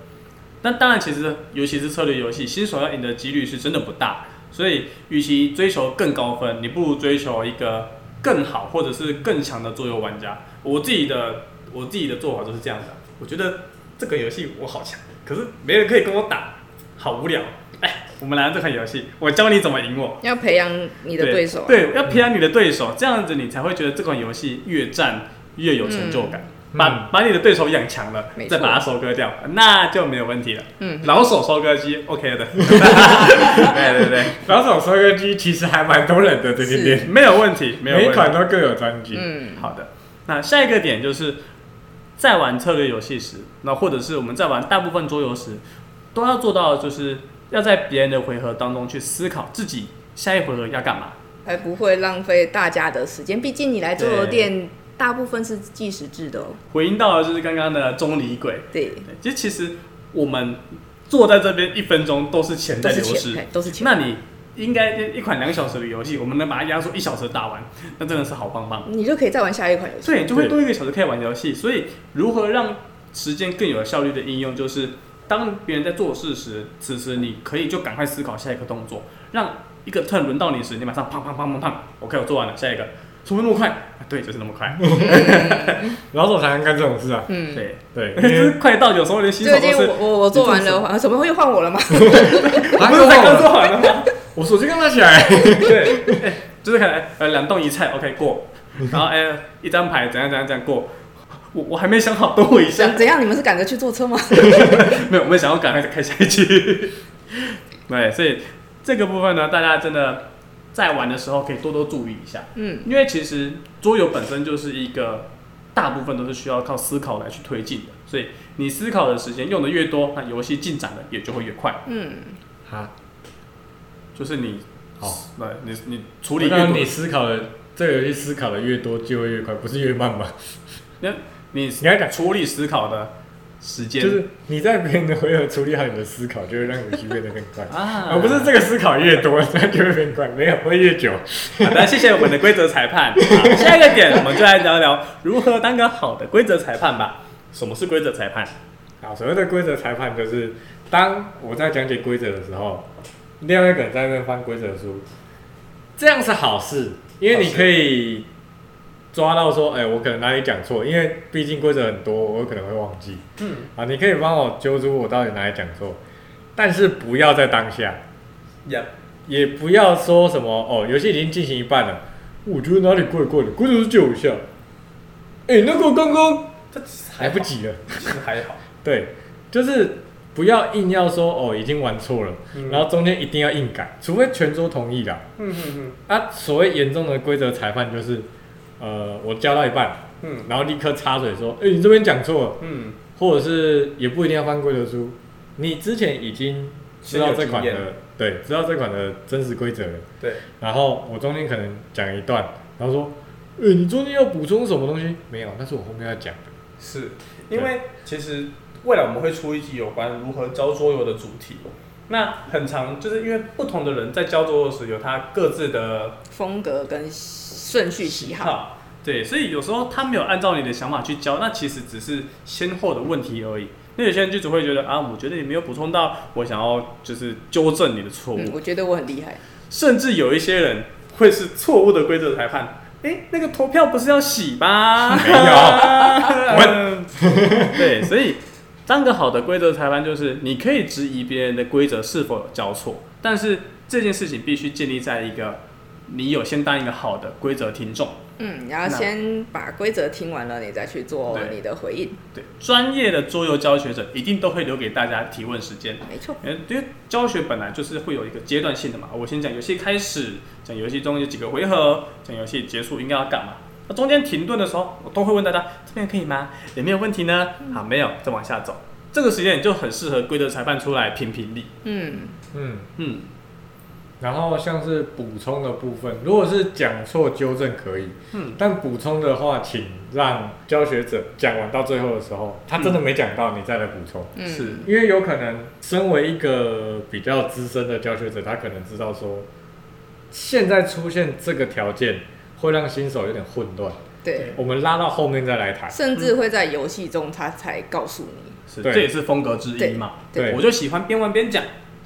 [SPEAKER 3] 那当然，其实尤其是策略游戏，新手要赢的几率是真的不大。所以，与其追求更高分，你不如追求一个更好或者是更强的桌游玩家。我自己的我自己的做法就是这样的。啊我觉得这个游戏我好强，可是没人可以跟我打，好无聊。哎，我们来玩这款游戏，我教你怎么赢我。
[SPEAKER 4] 要培养你的对手啊，
[SPEAKER 3] 对，要培养你的对手，这样子你才会觉得这款游戏越战越有成就感。把把你的对手养强了
[SPEAKER 4] 没，错
[SPEAKER 3] 再把它收割掉，那就没有问题了。
[SPEAKER 4] 嗯，
[SPEAKER 3] 老手收割机，OK
[SPEAKER 4] [LAUGHS]
[SPEAKER 3] 的。对对对，
[SPEAKER 2] 老手收割机其实还蛮多人的这个
[SPEAKER 4] 是
[SPEAKER 2] 店，
[SPEAKER 3] 没有问题，没有
[SPEAKER 2] 每一
[SPEAKER 3] 问题。
[SPEAKER 2] 款都各有专辑。
[SPEAKER 4] 嗯，
[SPEAKER 3] 好的，那下一个点就是，在玩策略游戏时，那或者是我们在玩大部分桌游时，都要做到的就是要在别人的回合当中去思考自己下一回合要干嘛。
[SPEAKER 4] 还不会浪费大家的时间。毕竟你来桌游店，大部分是计时制的哦。
[SPEAKER 3] 回应到的就是刚刚的钟离鬼，
[SPEAKER 4] 对，
[SPEAKER 3] 对其实其实我们坐在这边一分钟都是钱
[SPEAKER 4] 都
[SPEAKER 3] 在
[SPEAKER 4] 是
[SPEAKER 3] 流
[SPEAKER 4] 钱，嘿
[SPEAKER 3] 失，
[SPEAKER 4] 都是钱。
[SPEAKER 3] 那你应该一款两小时的游戏，我们能把它压缩一小时打完，那真的是好棒棒。
[SPEAKER 4] 你就可以再玩下一款游戏。
[SPEAKER 3] 所以你就会多一个小时可以玩游戏。所以如何让时间更有效率的应用，就是当别人在做事时，此时你可以就赶快思考下一个动作，让一个 turn 轮到你时，你马上砰砰砰砰砰，OK，我做完了，下一个，怎么那么快？啊对，就是那么快。
[SPEAKER 2] 老手常常干这种事啊，
[SPEAKER 4] 嗯，
[SPEAKER 3] 对， [LAUGHS]
[SPEAKER 2] 对，因
[SPEAKER 3] 就是
[SPEAKER 2] 为
[SPEAKER 3] 快到有时候连新手
[SPEAKER 4] 最
[SPEAKER 3] 都
[SPEAKER 4] 近
[SPEAKER 3] 是
[SPEAKER 4] 我，我我做完了，啊怎么会又换
[SPEAKER 3] [LAUGHS]
[SPEAKER 4] 我了吗？
[SPEAKER 2] 啊
[SPEAKER 3] 不是才刚做完了 [LAUGHS] 吗？
[SPEAKER 2] 我手机刚拿起来，
[SPEAKER 3] 对，哎就是可能呃两动一菜，OK 过，然后哎、一张牌怎样怎样怎样过，我我还没想好，等我一下 [LAUGHS]
[SPEAKER 4] 怎。怎样？你们是赶着去坐车吗？ [LAUGHS]
[SPEAKER 3] 没有，我们想要赶快开下一期。 [LAUGHS] 对，所以这个部分呢，大家真的在玩的时候可以多多注意一下，
[SPEAKER 4] 嗯，
[SPEAKER 3] 因为其实桌游本身就是一个大部分都是需要靠思考来去推进的，所以你思考的时间用的越多，那游戏进展的也就会越快。
[SPEAKER 4] 嗯，
[SPEAKER 2] 啊，
[SPEAKER 3] 就是你，
[SPEAKER 2] 好，
[SPEAKER 3] 对，你你处
[SPEAKER 2] 我
[SPEAKER 3] 理
[SPEAKER 2] 刚
[SPEAKER 3] 越多
[SPEAKER 2] 刚你思考的这个游戏思考的越多就会越快，不是越慢吧？
[SPEAKER 3] 你
[SPEAKER 2] 你要讲
[SPEAKER 3] [LAUGHS] 处理思考的时间，
[SPEAKER 2] 就是你在别人的回合处理好你的思考，就会让游戏变得更快。哦
[SPEAKER 3] 啊，
[SPEAKER 2] 而不是这个思考越多，它就会变快，没有会越久。
[SPEAKER 3] [LAUGHS] 好的，谢谢我们的规则裁判。好，下一个点，我们就来聊聊如何当个好的规则裁判吧。什么是规则裁判？
[SPEAKER 2] 好，所谓的规则裁判就是，当我在讲解规则的时候，另外一个人在那边翻规则书，这样是好事，因为你可以抓到说，哎、我可能哪里讲错，因为毕竟规则很多，我有可能会忘记。
[SPEAKER 3] 嗯，
[SPEAKER 2] 啊，你可以帮我揪出我到底哪里讲错，但是不要在当下，
[SPEAKER 3] 呀，
[SPEAKER 2] 也不要说什么哦，游戏已经进行一半了，我觉得哪里怪怪的，规则是借我一下。哎、那个刚刚
[SPEAKER 3] 这其实还
[SPEAKER 2] 来不及了。
[SPEAKER 3] 其实还好。
[SPEAKER 2] 对，就是不要硬要说哦已经玩错了，
[SPEAKER 3] 嗯
[SPEAKER 2] 然后中间一定要硬改，除非全桌同意啦。
[SPEAKER 3] [LAUGHS] 嗯嗯
[SPEAKER 2] 啊，所谓严重的规则裁判就是，呃，我教到一半，
[SPEAKER 3] 嗯
[SPEAKER 2] 然后立刻插嘴说，哎、你这边讲错了，
[SPEAKER 3] 嗯
[SPEAKER 2] 或者是也不一定要翻规则书，你之前已经知道这款
[SPEAKER 3] 先有经
[SPEAKER 2] 的，对，知道这款的真实规则了。
[SPEAKER 3] 嗯，对，
[SPEAKER 2] 然后我中间可能讲一段，然后说，哎、你中间要补充什么东西？没有，那是我后面要讲的。
[SPEAKER 3] 是因为其实未来我们会出一集有关如何教桌游的主题。那很长，就是因为不同的人在教桌游时有他各自的
[SPEAKER 4] 风格跟顺序喜好，
[SPEAKER 3] 好，对，所以有时候他没有按照你的想法去教，那其实只是先后的问题而已。那有些人就只会觉得啊，我觉得你没有补充到，我想要就是纠正你的错误，
[SPEAKER 4] 嗯，我觉得我很厉害。
[SPEAKER 3] 甚至有一些人会是错误的规则裁判。哎、那个投票不是要洗吗？
[SPEAKER 2] 没啊
[SPEAKER 3] [LAUGHS]
[SPEAKER 2] 有
[SPEAKER 3] 对，所以当个好的规则裁判就是你可以质疑别人的规则是否有交错，但是这件事情必须建立在一个你有先当一个好的规则听众，
[SPEAKER 1] 嗯，然后
[SPEAKER 3] 那
[SPEAKER 1] 先把规则听完了，你再去做
[SPEAKER 3] 对
[SPEAKER 1] 你的回应，
[SPEAKER 3] 对，专业的桌游教学者一定都会留给大家提问时间。
[SPEAKER 1] 没错。
[SPEAKER 3] 因为因为教学本来就是会有一个阶段性的嘛，我先讲游戏开始，讲游戏中有几个回合，讲游戏结束应该要干嘛。那中间停顿的时候，我都会问大家这边可以吗？有没有问题呢？好，没有，再往下走。这个时间你就很适合规则裁判出来评评理。
[SPEAKER 1] 嗯，
[SPEAKER 2] 嗯，
[SPEAKER 3] 嗯，
[SPEAKER 2] 然后像是补充的部分，如果是讲错纠正可以，
[SPEAKER 3] 嗯，
[SPEAKER 2] 但补充的话，请让教学者讲完到最后的时候，他真的没讲到，你再来补充。
[SPEAKER 1] 嗯
[SPEAKER 3] 是
[SPEAKER 2] 因为有可能，身为一个比较资深的教学者，他可能知道说，现在出现这个条件会让新手有点混乱。
[SPEAKER 1] 对，
[SPEAKER 2] 我们拉到后面再来谈。
[SPEAKER 1] 甚至会在游戏中他才告诉你，
[SPEAKER 3] 是，
[SPEAKER 2] 对
[SPEAKER 3] 这也是风格之一嘛。
[SPEAKER 2] 对
[SPEAKER 3] 我就喜欢边玩边讲。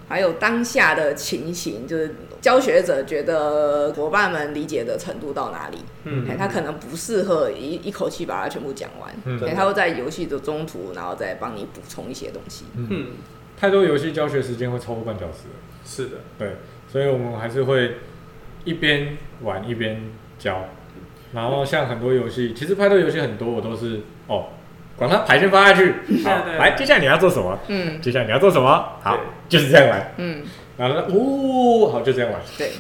[SPEAKER 1] 还有当下的情形，就是教学者觉得伙伴们理解的程度到哪里，
[SPEAKER 3] 嗯
[SPEAKER 1] 哎，他可能不适合一一口气把它全部讲完，
[SPEAKER 2] 嗯
[SPEAKER 1] 哎，他会在游戏的中途，然后再帮你补充一些东西。
[SPEAKER 3] 嗯，
[SPEAKER 2] 太多游戏教学时间会超过半小时了，
[SPEAKER 3] 是的。
[SPEAKER 2] 对，所以我们还是会一边玩一边教。然后像很多游戏，其实派对游戏很多，我都是哦，管它牌先发下去，好，
[SPEAKER 3] [LAUGHS] 对
[SPEAKER 2] 来，接下来你要做什么？
[SPEAKER 1] 嗯
[SPEAKER 2] 接下来你要做什么？好
[SPEAKER 3] 对，
[SPEAKER 2] 就是这样玩。
[SPEAKER 1] 嗯，
[SPEAKER 2] 然后哦，好，就这样玩。
[SPEAKER 1] 对，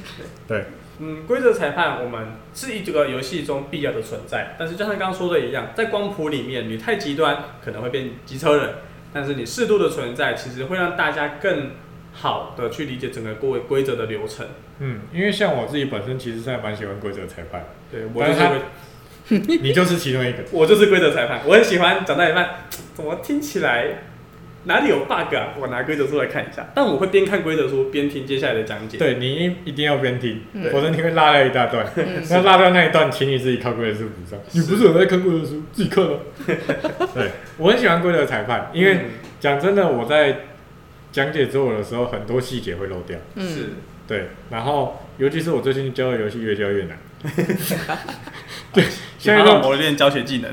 [SPEAKER 2] 对，
[SPEAKER 3] 嗯，规则裁判我们是一这个游戏中必要的存在，但是就像刚刚说的一样，在光谱里面，你太极端可能会变机车人，但是你适度的存在，其实会让大家更好的去理解整个规规则的流程。
[SPEAKER 2] 嗯，因为像我自己本身其实是还蛮喜欢规则裁判，
[SPEAKER 3] [LAUGHS] 对我就是规，
[SPEAKER 2] 你就是其中一个。
[SPEAKER 3] 我就是规则裁判，我很喜欢讲到一半， [LAUGHS] 怎么听起来哪里有 bug 啊？我拿规则书来看一下，但我会边看规则书边听接下来的讲解。
[SPEAKER 2] 对你一一定要边听，
[SPEAKER 1] 嗯
[SPEAKER 2] 否则你会拉掉一大段。
[SPEAKER 3] [LAUGHS]
[SPEAKER 2] 那拉掉那一段，请你自己看规则书补上。你不是有在看规则书，自己看吗？ [LAUGHS] 对，我很喜欢规则裁判，因为讲真的，我在讲解自我的时候，很多细节会漏掉。
[SPEAKER 3] 嗯是
[SPEAKER 1] 嗯，
[SPEAKER 2] 对，然后尤其是我最近教的游戏越教越
[SPEAKER 3] [LAUGHS]
[SPEAKER 2] 难，对，现在
[SPEAKER 3] 要
[SPEAKER 2] 就
[SPEAKER 3] 磨练教学技能。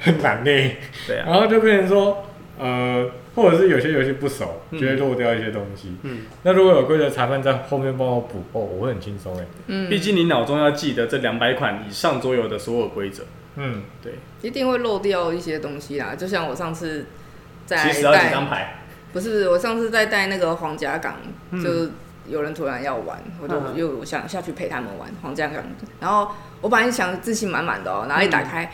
[SPEAKER 2] 很难呢、
[SPEAKER 3] [LAUGHS] 对啊，
[SPEAKER 2] 然后就变成说，呃，或者是有些游戏不熟，
[SPEAKER 3] 嗯
[SPEAKER 2] 就会漏掉一些东西。
[SPEAKER 3] 嗯，
[SPEAKER 2] 那如果有规则裁判在后面帮我补，哦，我会很轻松哎。
[SPEAKER 1] 嗯，
[SPEAKER 3] 毕竟你脑中要记得这两百款以上桌游的所有规则。
[SPEAKER 2] 嗯，
[SPEAKER 3] 对，
[SPEAKER 1] 一定会漏掉一些东西啦。就像我上次在
[SPEAKER 3] 其实要几张
[SPEAKER 1] 带，
[SPEAKER 3] 牌，
[SPEAKER 1] 不是我上次在带那个皇家港，
[SPEAKER 3] 嗯
[SPEAKER 1] 就有人突然要玩，我就
[SPEAKER 3] 嗯
[SPEAKER 1] 又想下去陪他们玩皇家港。然后我本来想自信满满的哦，然后一打开。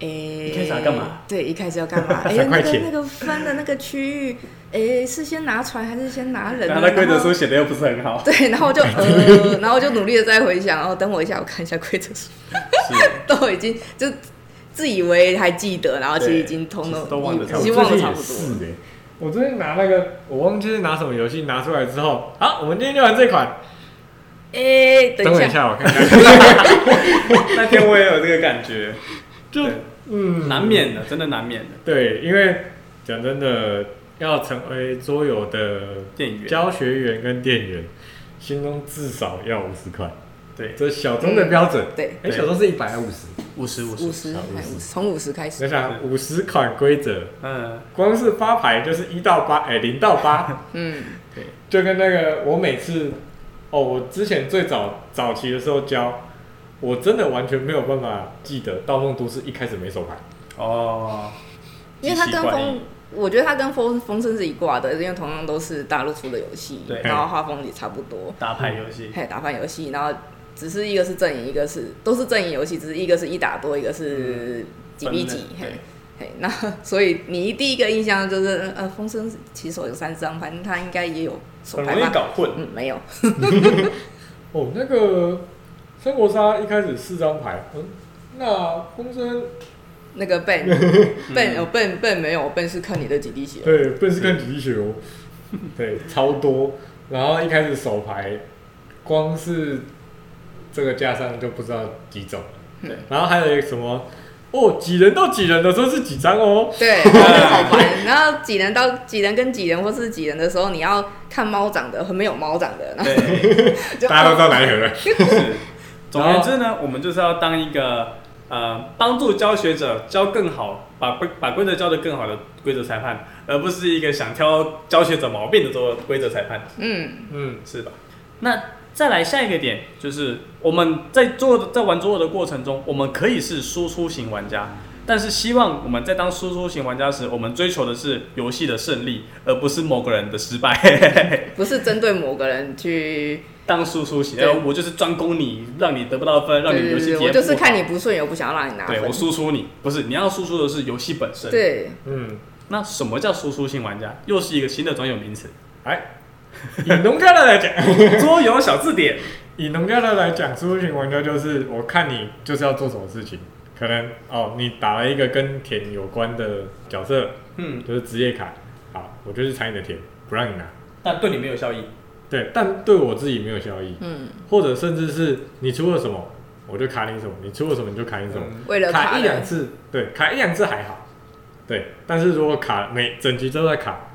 [SPEAKER 1] 诶，
[SPEAKER 3] 嗯一开始要干嘛？
[SPEAKER 1] 对，一开始要干
[SPEAKER 3] [LAUGHS]
[SPEAKER 1] 嘛？哎、
[SPEAKER 2] 三
[SPEAKER 1] 那
[SPEAKER 2] 块
[SPEAKER 1] 个
[SPEAKER 2] 钱
[SPEAKER 1] 那个翻的那个区域，哎、是先拿船还是先拿人啊？
[SPEAKER 3] 然后他规则
[SPEAKER 1] 然后
[SPEAKER 3] 书写的又不是很
[SPEAKER 1] [LAUGHS]
[SPEAKER 3] 好，
[SPEAKER 1] 对，然后我就
[SPEAKER 3] [LAUGHS]
[SPEAKER 1] 呃，然后我就努力的在回想，哦，等我一下，我看一下规则书，
[SPEAKER 3] 是
[SPEAKER 1] [LAUGHS] 都已经就自以为还记得，然后其实
[SPEAKER 3] 对
[SPEAKER 1] 已经通
[SPEAKER 3] 其实都忘得
[SPEAKER 1] 已
[SPEAKER 3] 差不
[SPEAKER 1] 经
[SPEAKER 2] 我
[SPEAKER 1] 忘得
[SPEAKER 2] 最近
[SPEAKER 1] 差
[SPEAKER 2] 也
[SPEAKER 1] 不多了。
[SPEAKER 2] 是哎、我最近拿那个，我忘记是拿什么游戏拿出来之后，好，我们今天就玩这款。
[SPEAKER 1] 哎，
[SPEAKER 2] 等
[SPEAKER 1] 等
[SPEAKER 2] 我
[SPEAKER 1] 一
[SPEAKER 2] 一
[SPEAKER 1] 下，
[SPEAKER 2] 下，我看看。
[SPEAKER 1] [LAUGHS]
[SPEAKER 3] 那天我也有这个感 [LAUGHS] 觉，
[SPEAKER 2] 就
[SPEAKER 3] 对
[SPEAKER 2] 嗯，
[SPEAKER 3] 难免的，真的难免的。
[SPEAKER 2] 对，因为讲真的，要成为桌游的
[SPEAKER 3] 店员，
[SPEAKER 2] 教学员跟店员，心中至少要五十块，
[SPEAKER 3] 对，
[SPEAKER 2] 这是小钟的标准。
[SPEAKER 1] 对，
[SPEAKER 2] 哎、
[SPEAKER 3] 对
[SPEAKER 2] 小钟是一百五十。
[SPEAKER 3] 五十五
[SPEAKER 1] 五，十，
[SPEAKER 2] 好
[SPEAKER 1] 哎
[SPEAKER 2] 50
[SPEAKER 1] 50从五十开
[SPEAKER 2] 你
[SPEAKER 1] 始，
[SPEAKER 2] 想五十款规则，
[SPEAKER 3] 嗯，
[SPEAKER 2] 光是发牌就是一到八，哎，零到八，
[SPEAKER 1] 嗯，
[SPEAKER 2] 就跟那个我每次，哦，我之前最早早期的时候教，我真的完全没有办法记得《盗梦都市》一开始没手牌，
[SPEAKER 3] 哦，
[SPEAKER 1] 因为它
[SPEAKER 3] 极
[SPEAKER 1] 跟
[SPEAKER 3] 其怪
[SPEAKER 1] 风
[SPEAKER 3] 异，，
[SPEAKER 1] 我觉得它跟风风声是一挂的，因为同样都是大陆出的游戏，
[SPEAKER 3] 对
[SPEAKER 1] 然后画风也差不多，
[SPEAKER 3] 打牌游戏，
[SPEAKER 1] 嘿，打翻游戏，然后只是一个是阵营，一个是都是阵营游戏，只是一个是一打多，一个是几比几，
[SPEAKER 3] 嗯分
[SPEAKER 1] 嘿
[SPEAKER 3] 类对，
[SPEAKER 1] 嘿，那 [LAUGHS] 所以你第一个印象就是，呃，风声起手有三张，反正他应该也有手
[SPEAKER 3] 很
[SPEAKER 1] 牌
[SPEAKER 3] 容易
[SPEAKER 1] 吧？
[SPEAKER 3] 搞混，
[SPEAKER 1] 嗯，没有，
[SPEAKER 2] 哦，那个三国杀一开始四张牌，嗯，那风声
[SPEAKER 1] 那个笨
[SPEAKER 3] [LAUGHS] 嗯
[SPEAKER 1] 笨有笨笨没有笨是看你的几滴血，
[SPEAKER 2] 对，笨是看几滴血哦，对，超多。然后一开始手牌，光是这个架上就不知道几种了。
[SPEAKER 3] 对，
[SPEAKER 2] 然后还有一个什么哦，几人到几人的时候是几张哦， [LAUGHS]
[SPEAKER 1] 对，好烦。然后几人到几人跟几人或是几人的时候，你要看猫长的和没有猫长的，然后
[SPEAKER 3] 对，
[SPEAKER 1] 就哦
[SPEAKER 2] 大家都知道哪一盒了。
[SPEAKER 3] 是。
[SPEAKER 1] [LAUGHS]
[SPEAKER 3] 总而言之呢，我们就是要当一个呃，帮助教学者教更好，把规把规则教得更好的规则裁判，而不是一个想挑教学者毛病的做规则裁判。
[SPEAKER 1] 嗯，
[SPEAKER 2] 嗯，
[SPEAKER 3] 是吧？那再来下一个点就是我们在做在玩桌游的过程中，我们可以是输出型玩家，但是希望我们在当输出型玩家时，我们追求的是游戏的胜利，而不是某个人的失
[SPEAKER 1] [LAUGHS]
[SPEAKER 3] 败。
[SPEAKER 1] 不是针对某个人去，
[SPEAKER 3] 当输出型，
[SPEAKER 1] 对
[SPEAKER 3] 呃我就是专攻你，让你得不到分，让你游戏体验
[SPEAKER 1] 我就是
[SPEAKER 3] 不好
[SPEAKER 1] 看你不顺眼，我不想要让你拿
[SPEAKER 3] 对
[SPEAKER 1] 分
[SPEAKER 3] 我。输出你，不是你要输出的是游戏本身。
[SPEAKER 1] 对，
[SPEAKER 2] 嗯，
[SPEAKER 3] 那什么叫输出型玩家？又是一个新的专有名词，
[SPEAKER 2] 哎，以农家乐来讲，
[SPEAKER 3] 桌游小字典。
[SPEAKER 2] 以农家乐来讲，输出型玩家就是我看你就是要做什么事情，可能哦，你打了一个跟田有关的角色，
[SPEAKER 3] 嗯，
[SPEAKER 2] 就是职业卡，好，我就是踩你的田，不让你拿。
[SPEAKER 3] 但对你没有效益。
[SPEAKER 2] 对，但对我自己没有效益，
[SPEAKER 1] 嗯，
[SPEAKER 2] 或者甚至是你出了什么，我就卡你什么；你出了什么，你就卡你什么。
[SPEAKER 3] 嗯
[SPEAKER 1] 为了
[SPEAKER 2] 卡
[SPEAKER 1] 卡
[SPEAKER 2] 一两次，对，卡一两次还好，对。但是如果卡每整局都在卡，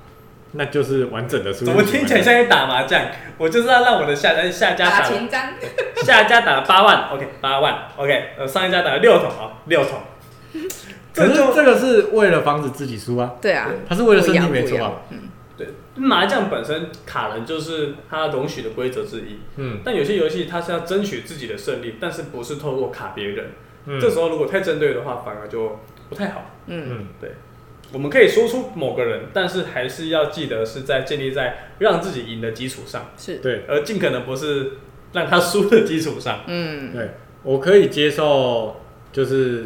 [SPEAKER 2] 那就是完整的输入型
[SPEAKER 3] 怎么
[SPEAKER 2] 玩家。
[SPEAKER 3] 听起来像在打麻将？我就是要让我的下下家
[SPEAKER 1] 打
[SPEAKER 3] 打
[SPEAKER 1] 情章，
[SPEAKER 3] 下一家打了八万，OK，八万，OK，呃，上一家打了六桶啊，六桶。
[SPEAKER 2] 可
[SPEAKER 3] 这
[SPEAKER 2] 是
[SPEAKER 3] 就
[SPEAKER 2] 这个是为了防止自己输啊，
[SPEAKER 1] 对啊，
[SPEAKER 2] 他是为了
[SPEAKER 1] 不
[SPEAKER 2] 身
[SPEAKER 1] 一
[SPEAKER 2] 体
[SPEAKER 1] 样不
[SPEAKER 2] 没
[SPEAKER 1] 一
[SPEAKER 2] 错
[SPEAKER 1] 样
[SPEAKER 2] 啊。。
[SPEAKER 1] 嗯，
[SPEAKER 3] 对麻将本身卡人就是它容许的规则之一，
[SPEAKER 2] 嗯
[SPEAKER 3] 但有些游戏它是要争取自己的胜利，但是不是透过卡别人。
[SPEAKER 2] 嗯，
[SPEAKER 3] 这时候如果太针对的话，反而就不太好。
[SPEAKER 1] 嗯，
[SPEAKER 2] 嗯
[SPEAKER 3] 对，我们可以说出某个人，但是还是要记得是在建立在让自己赢的基础上，
[SPEAKER 1] 是，
[SPEAKER 2] 对
[SPEAKER 3] 而尽可能不是让他输的基础上。
[SPEAKER 1] 嗯，
[SPEAKER 2] 对，我可以接受，就是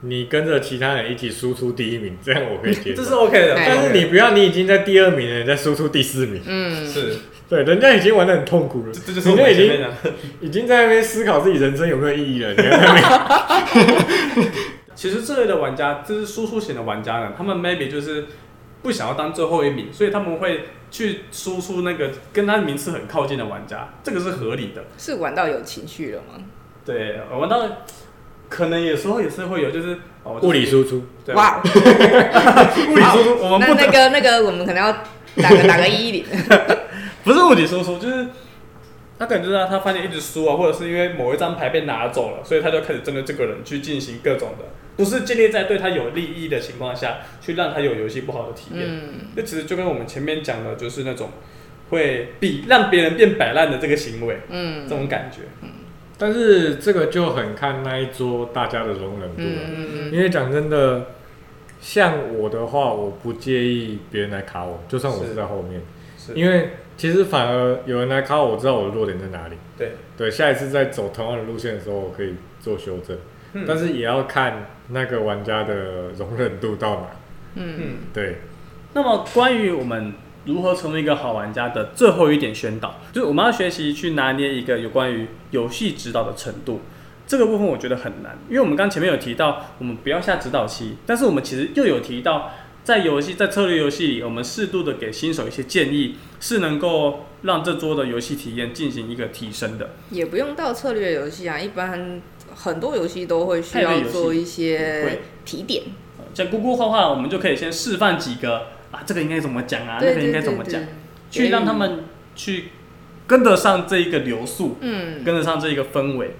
[SPEAKER 2] 你跟着其他人一起输出第一名，这样我可以接
[SPEAKER 3] 这
[SPEAKER 2] 受。
[SPEAKER 3] 是 OK 的，
[SPEAKER 1] 对
[SPEAKER 2] 但是你不要，你已经在第二名了，你再输出第四名，
[SPEAKER 1] 嗯，
[SPEAKER 3] 是
[SPEAKER 2] 对，人家已经玩的很痛苦了，
[SPEAKER 3] 这这就是我
[SPEAKER 2] 人家
[SPEAKER 3] 们
[SPEAKER 2] 嗯已
[SPEAKER 3] 前面
[SPEAKER 2] 经
[SPEAKER 3] 讲的。
[SPEAKER 2] 已经在那边思考自己人生有没有意义了，你还在那
[SPEAKER 3] [LAUGHS]
[SPEAKER 2] 边
[SPEAKER 3] 其实这类的玩家，就是输出型的玩家呢，他们 maybe 就是不想要当最后一名，所以他们会去输出那个跟他名次很靠近的玩家，这个是合理的。
[SPEAKER 1] 是玩到有情绪了吗？
[SPEAKER 3] 对，我玩到可能有时候也是会有，就是哦，就是
[SPEAKER 2] 物理，输出，
[SPEAKER 3] 对，
[SPEAKER 1] 哇，
[SPEAKER 3] 物理输出，我们
[SPEAKER 1] 那
[SPEAKER 3] 不
[SPEAKER 1] 那个那个，我们可能要打个打个一
[SPEAKER 2] [LAUGHS]
[SPEAKER 1] 零，
[SPEAKER 3] 不是物理输出，就是。他可能就是他发现一直输啊，或者是因为某一张牌被拿走了，所以他就开始针对这个人去进行各种的，不是建立在对他有利益的情况下，去让他有游戏不好的体验。
[SPEAKER 1] 嗯，
[SPEAKER 3] 那其实就跟我们前面讲的，就是那种会比让别人变摆烂的这个行为，
[SPEAKER 1] 嗯
[SPEAKER 3] 这种感觉。
[SPEAKER 2] 但是这个就很看那一桌大家的容忍度了。
[SPEAKER 1] 嗯，
[SPEAKER 2] 因为讲真的，像我的话，我不介意别人来卡我，就算我
[SPEAKER 3] 是
[SPEAKER 2] 是在后面，
[SPEAKER 3] 是
[SPEAKER 2] 因为其实反而有人来卡我，我知道我的弱点在哪里。
[SPEAKER 3] 对，
[SPEAKER 2] 对，下一次在走同样的路线的时候，我可以做修正，
[SPEAKER 3] 嗯
[SPEAKER 2] 但是也要看那个玩家的容忍度到哪。
[SPEAKER 1] 嗯，
[SPEAKER 3] 嗯。
[SPEAKER 2] 对，
[SPEAKER 3] 那么关于我们如何成为一个好玩家的最后一点宣导，就是我们要学习去拿捏一个有关于游戏指导的程度。这个部分我觉得很难，因为我们刚前面有提到，我们不要下指导期，但是我们其实又有提到，在游戏在策略游戏里，我们适度的给新手一些建议，是能够让这桌的游戏体验进行一个提升的。
[SPEAKER 1] 也不用到策略游戏啊，一般很多游戏都会需
[SPEAKER 3] 派对
[SPEAKER 1] 要
[SPEAKER 3] 游戏
[SPEAKER 1] 做一
[SPEAKER 3] 会
[SPEAKER 1] 些提点，
[SPEAKER 3] 呃像姑姑画画，我们就可以先示范几个啊，这个应该怎么讲啊，那
[SPEAKER 1] 对
[SPEAKER 3] 个应
[SPEAKER 1] 对
[SPEAKER 3] 该
[SPEAKER 1] 对
[SPEAKER 3] 怎么讲
[SPEAKER 1] 对，，
[SPEAKER 3] 去让他们去跟得上这一个流速，
[SPEAKER 1] 嗯，
[SPEAKER 3] 跟得上这一个氛围。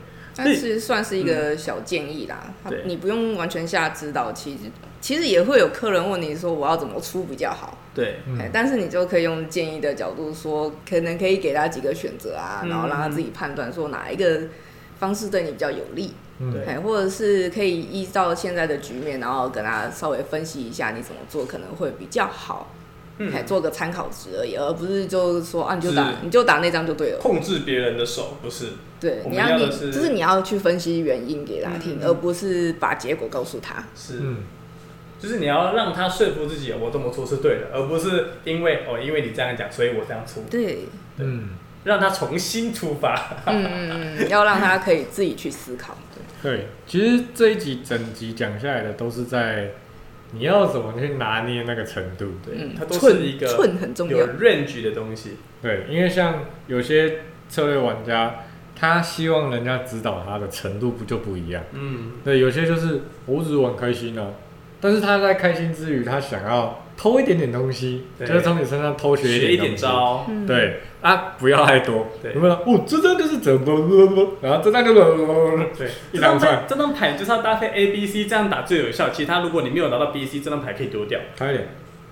[SPEAKER 1] 但是算是一个小建议啦，它
[SPEAKER 3] 嗯对
[SPEAKER 1] 你不用完全下指导期，其实也会有客人问你说我要怎么出比较好，
[SPEAKER 3] 对，
[SPEAKER 2] 嗯
[SPEAKER 1] 哎，但是你就可以用建议的角度说，可能可以给他几个选择啊，
[SPEAKER 3] 嗯
[SPEAKER 1] 然后让他自己判断说哪一个方式对你比较有利，
[SPEAKER 2] 嗯
[SPEAKER 3] 对
[SPEAKER 1] 哎，或者是可以依照现在的局面，然后跟他稍微分析一下你怎么做可能会比较好，
[SPEAKER 3] 嗯
[SPEAKER 1] 哎，做个参考值而已，而不是就是说啊你就是打你就打那张就对了，
[SPEAKER 3] 控制别人的手不是，
[SPEAKER 1] 对，
[SPEAKER 3] 我
[SPEAKER 1] 你
[SPEAKER 3] 们要
[SPEAKER 1] 你
[SPEAKER 3] 的是
[SPEAKER 1] 就是你要去分析原因给他听，
[SPEAKER 3] 嗯
[SPEAKER 1] 而不是把结果告诉他。
[SPEAKER 3] 是
[SPEAKER 2] 嗯，
[SPEAKER 3] 就是你要让他说服自己，我这么做是对的，而不是因为哦，因为你这样讲，所以我这样出，
[SPEAKER 1] 对，
[SPEAKER 2] 嗯，
[SPEAKER 3] 让他重新出发。
[SPEAKER 1] 嗯嗯嗯，要让他可以自己去思考。
[SPEAKER 3] [LAUGHS]
[SPEAKER 1] 对，
[SPEAKER 2] 对。其实这一集整集讲下来的都是在你要怎么去拿捏那个程度。
[SPEAKER 1] 嗯，
[SPEAKER 3] 它都是
[SPEAKER 1] 寸
[SPEAKER 3] 一个
[SPEAKER 1] 寸很重
[SPEAKER 3] 有
[SPEAKER 1] 要。
[SPEAKER 3] range 的东西，
[SPEAKER 2] 对，因为像有些策略玩家，他希望人家指导他的程度不就不一样。
[SPEAKER 3] 嗯，
[SPEAKER 2] 对，有些就是我只是玩开心啊，但是他在开心之余，他想要偷一点点东西，就
[SPEAKER 3] 对
[SPEAKER 2] 是从你身上偷学
[SPEAKER 3] 学一
[SPEAKER 2] 点
[SPEAKER 3] 点
[SPEAKER 2] 东西。
[SPEAKER 3] 招，
[SPEAKER 1] 嗯，
[SPEAKER 2] 对啊，不要太多。
[SPEAKER 3] 对
[SPEAKER 2] 有没有？哦，这张就是怎么，然后这张就是
[SPEAKER 3] 对，
[SPEAKER 2] 一长串
[SPEAKER 3] 牌这张牌就是要搭配 A、B、C，这样打最有效。其他如果你没有拿到 B、C，这张牌可以丢掉，
[SPEAKER 2] 开脸。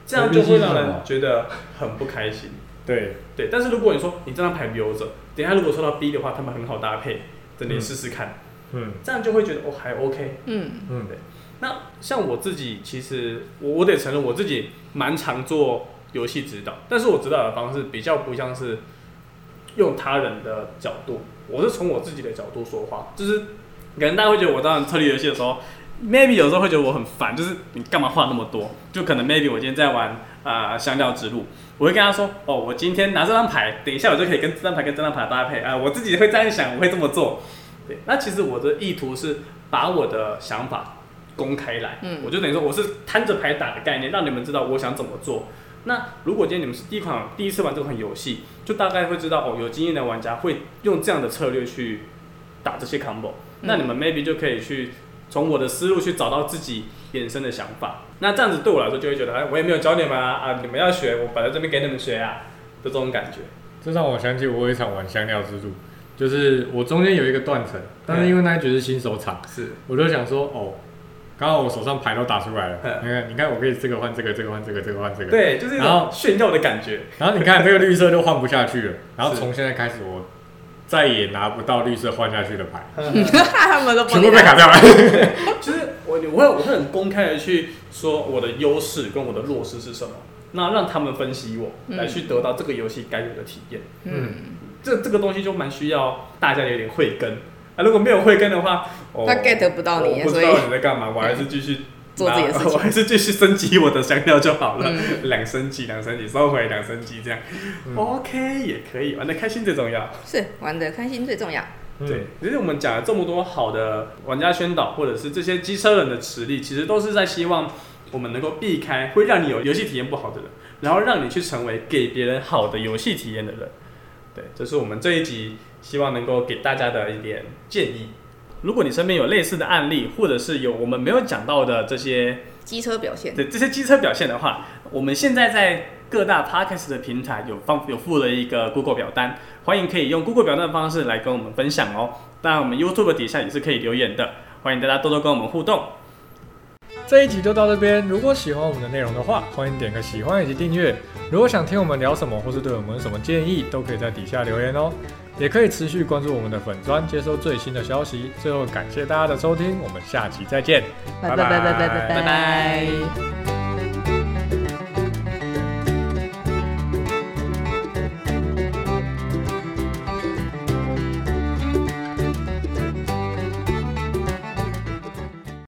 [SPEAKER 3] 这样就会让人觉得很不开心。
[SPEAKER 2] 对，
[SPEAKER 3] 对，但是如果你说你这张牌留着，等一下如果抽到 B 的话，他们很好搭配，等你
[SPEAKER 2] 嗯
[SPEAKER 3] 试试看，
[SPEAKER 2] 嗯
[SPEAKER 3] 这样就会觉得哦还 OK。
[SPEAKER 1] [LAUGHS]
[SPEAKER 4] 嗯，
[SPEAKER 2] 嗯
[SPEAKER 3] 那像我自己，其实我我得承认我自己蛮常做游戏指导，但是我指导的方式比较不像是用他人的角度，我是从我自己的角度说话，就是可能大家会觉得我当然策略游戏的时候，maybe 有时候会觉得我很烦，就是你干嘛画那么多？就可能 maybe 我今天在玩啊、呃香料之路，我会跟他说，哦，我今天拿这张牌，等一下我就可以跟这张牌跟这张牌搭配啊、我自己会这样想，我会这么做。对，那其实我的意图是把我的想法公开来，
[SPEAKER 4] 嗯
[SPEAKER 3] 我就等于说我是摊着牌打的概念，让你们知道我想怎么做。那如果今天你们是第一款第一次玩这款游戏，就大概会知道哦，有经验的玩家会用这样的策略去打这些 combo，、那你们 maybe 就可以去从我的思路去找到自己衍生的想法。那这样子对我来说就会觉得，哎，我也没有教你们啊，啊，你们要学，我摆在这边给你们学啊，的这种感觉。
[SPEAKER 2] 这让我想起我有一场玩香料之路，就是我中间有一个断层，但是因为那一局是新手场，
[SPEAKER 3] 是，
[SPEAKER 2] 我就想说哦，刚好我手上牌都打出来了，
[SPEAKER 3] 嗯
[SPEAKER 2] 你看你看我可以这个换这个，这个换这个，这个换这个，
[SPEAKER 3] 对，就是一
[SPEAKER 2] 然
[SPEAKER 3] 种
[SPEAKER 2] 后
[SPEAKER 3] 炫耀的感觉。
[SPEAKER 2] 然后你看这个绿色就换不下去了，然后
[SPEAKER 3] 是
[SPEAKER 2] 从现在开始我再也拿不到绿色换下去的 [LAUGHS] 牌，
[SPEAKER 4] 他们都不
[SPEAKER 2] 全部被卡掉 [LAUGHS] 了。
[SPEAKER 3] 就是我我会我会很公开的去说我的优势跟我的弱势是什么，那让他们分析我，
[SPEAKER 4] 嗯
[SPEAKER 3] 来去得到这个游戏该有的体验。
[SPEAKER 4] 嗯，
[SPEAKER 3] 这这个东西就蛮需要大家有点慧根啊，如果没有慧根的话，哦、
[SPEAKER 4] 他 get 不到你
[SPEAKER 3] 我不
[SPEAKER 4] 所
[SPEAKER 3] 知
[SPEAKER 4] 以
[SPEAKER 3] 道你在干嘛，我还
[SPEAKER 4] [LAUGHS]
[SPEAKER 3] 是继续
[SPEAKER 4] 做自己的事情嗯
[SPEAKER 3] [LAUGHS] 我还是继续升级我的香料就好了，
[SPEAKER 1] 嗯
[SPEAKER 3] 两升级，两升级，收回两升级这样、o k 也可以，玩的开心最重要。
[SPEAKER 4] 是玩的开心最重要。
[SPEAKER 2] 嗯
[SPEAKER 3] 对，，其实我们讲了这么多好的玩家宣导，或者是这些机车人的实力，其实都是在希望我们能够避开会让你有游戏体验不好的人，然后让你去成为给别人好的游戏体验的人。对，这是我们这一集希望能够给大家的一点建议。如果你身边有类似的案例，或者是有我们没有讲到的这些
[SPEAKER 4] 机车表现，
[SPEAKER 3] 对这些机车表现的话，我们现在在各大 podcast 的平台有放有附了一个 Google 表单，欢迎可以用 Google 表单的方式来跟我们分享哦。当然，我们 YouTube 底下也是可以留言的，欢迎大家多多跟我们互动。
[SPEAKER 2] 这一集就到这边。如果喜欢我们的内容的话，欢迎点个喜欢以及订阅。如果想听我们聊什么，或是对我们有什么建议，都可以在底下留言哦。也可以持续关注我们的粉砖，接收最新的消息。最后感谢大家的收听，我们下期再见，
[SPEAKER 4] 拜拜拜拜拜拜
[SPEAKER 3] 拜拜
[SPEAKER 4] 拜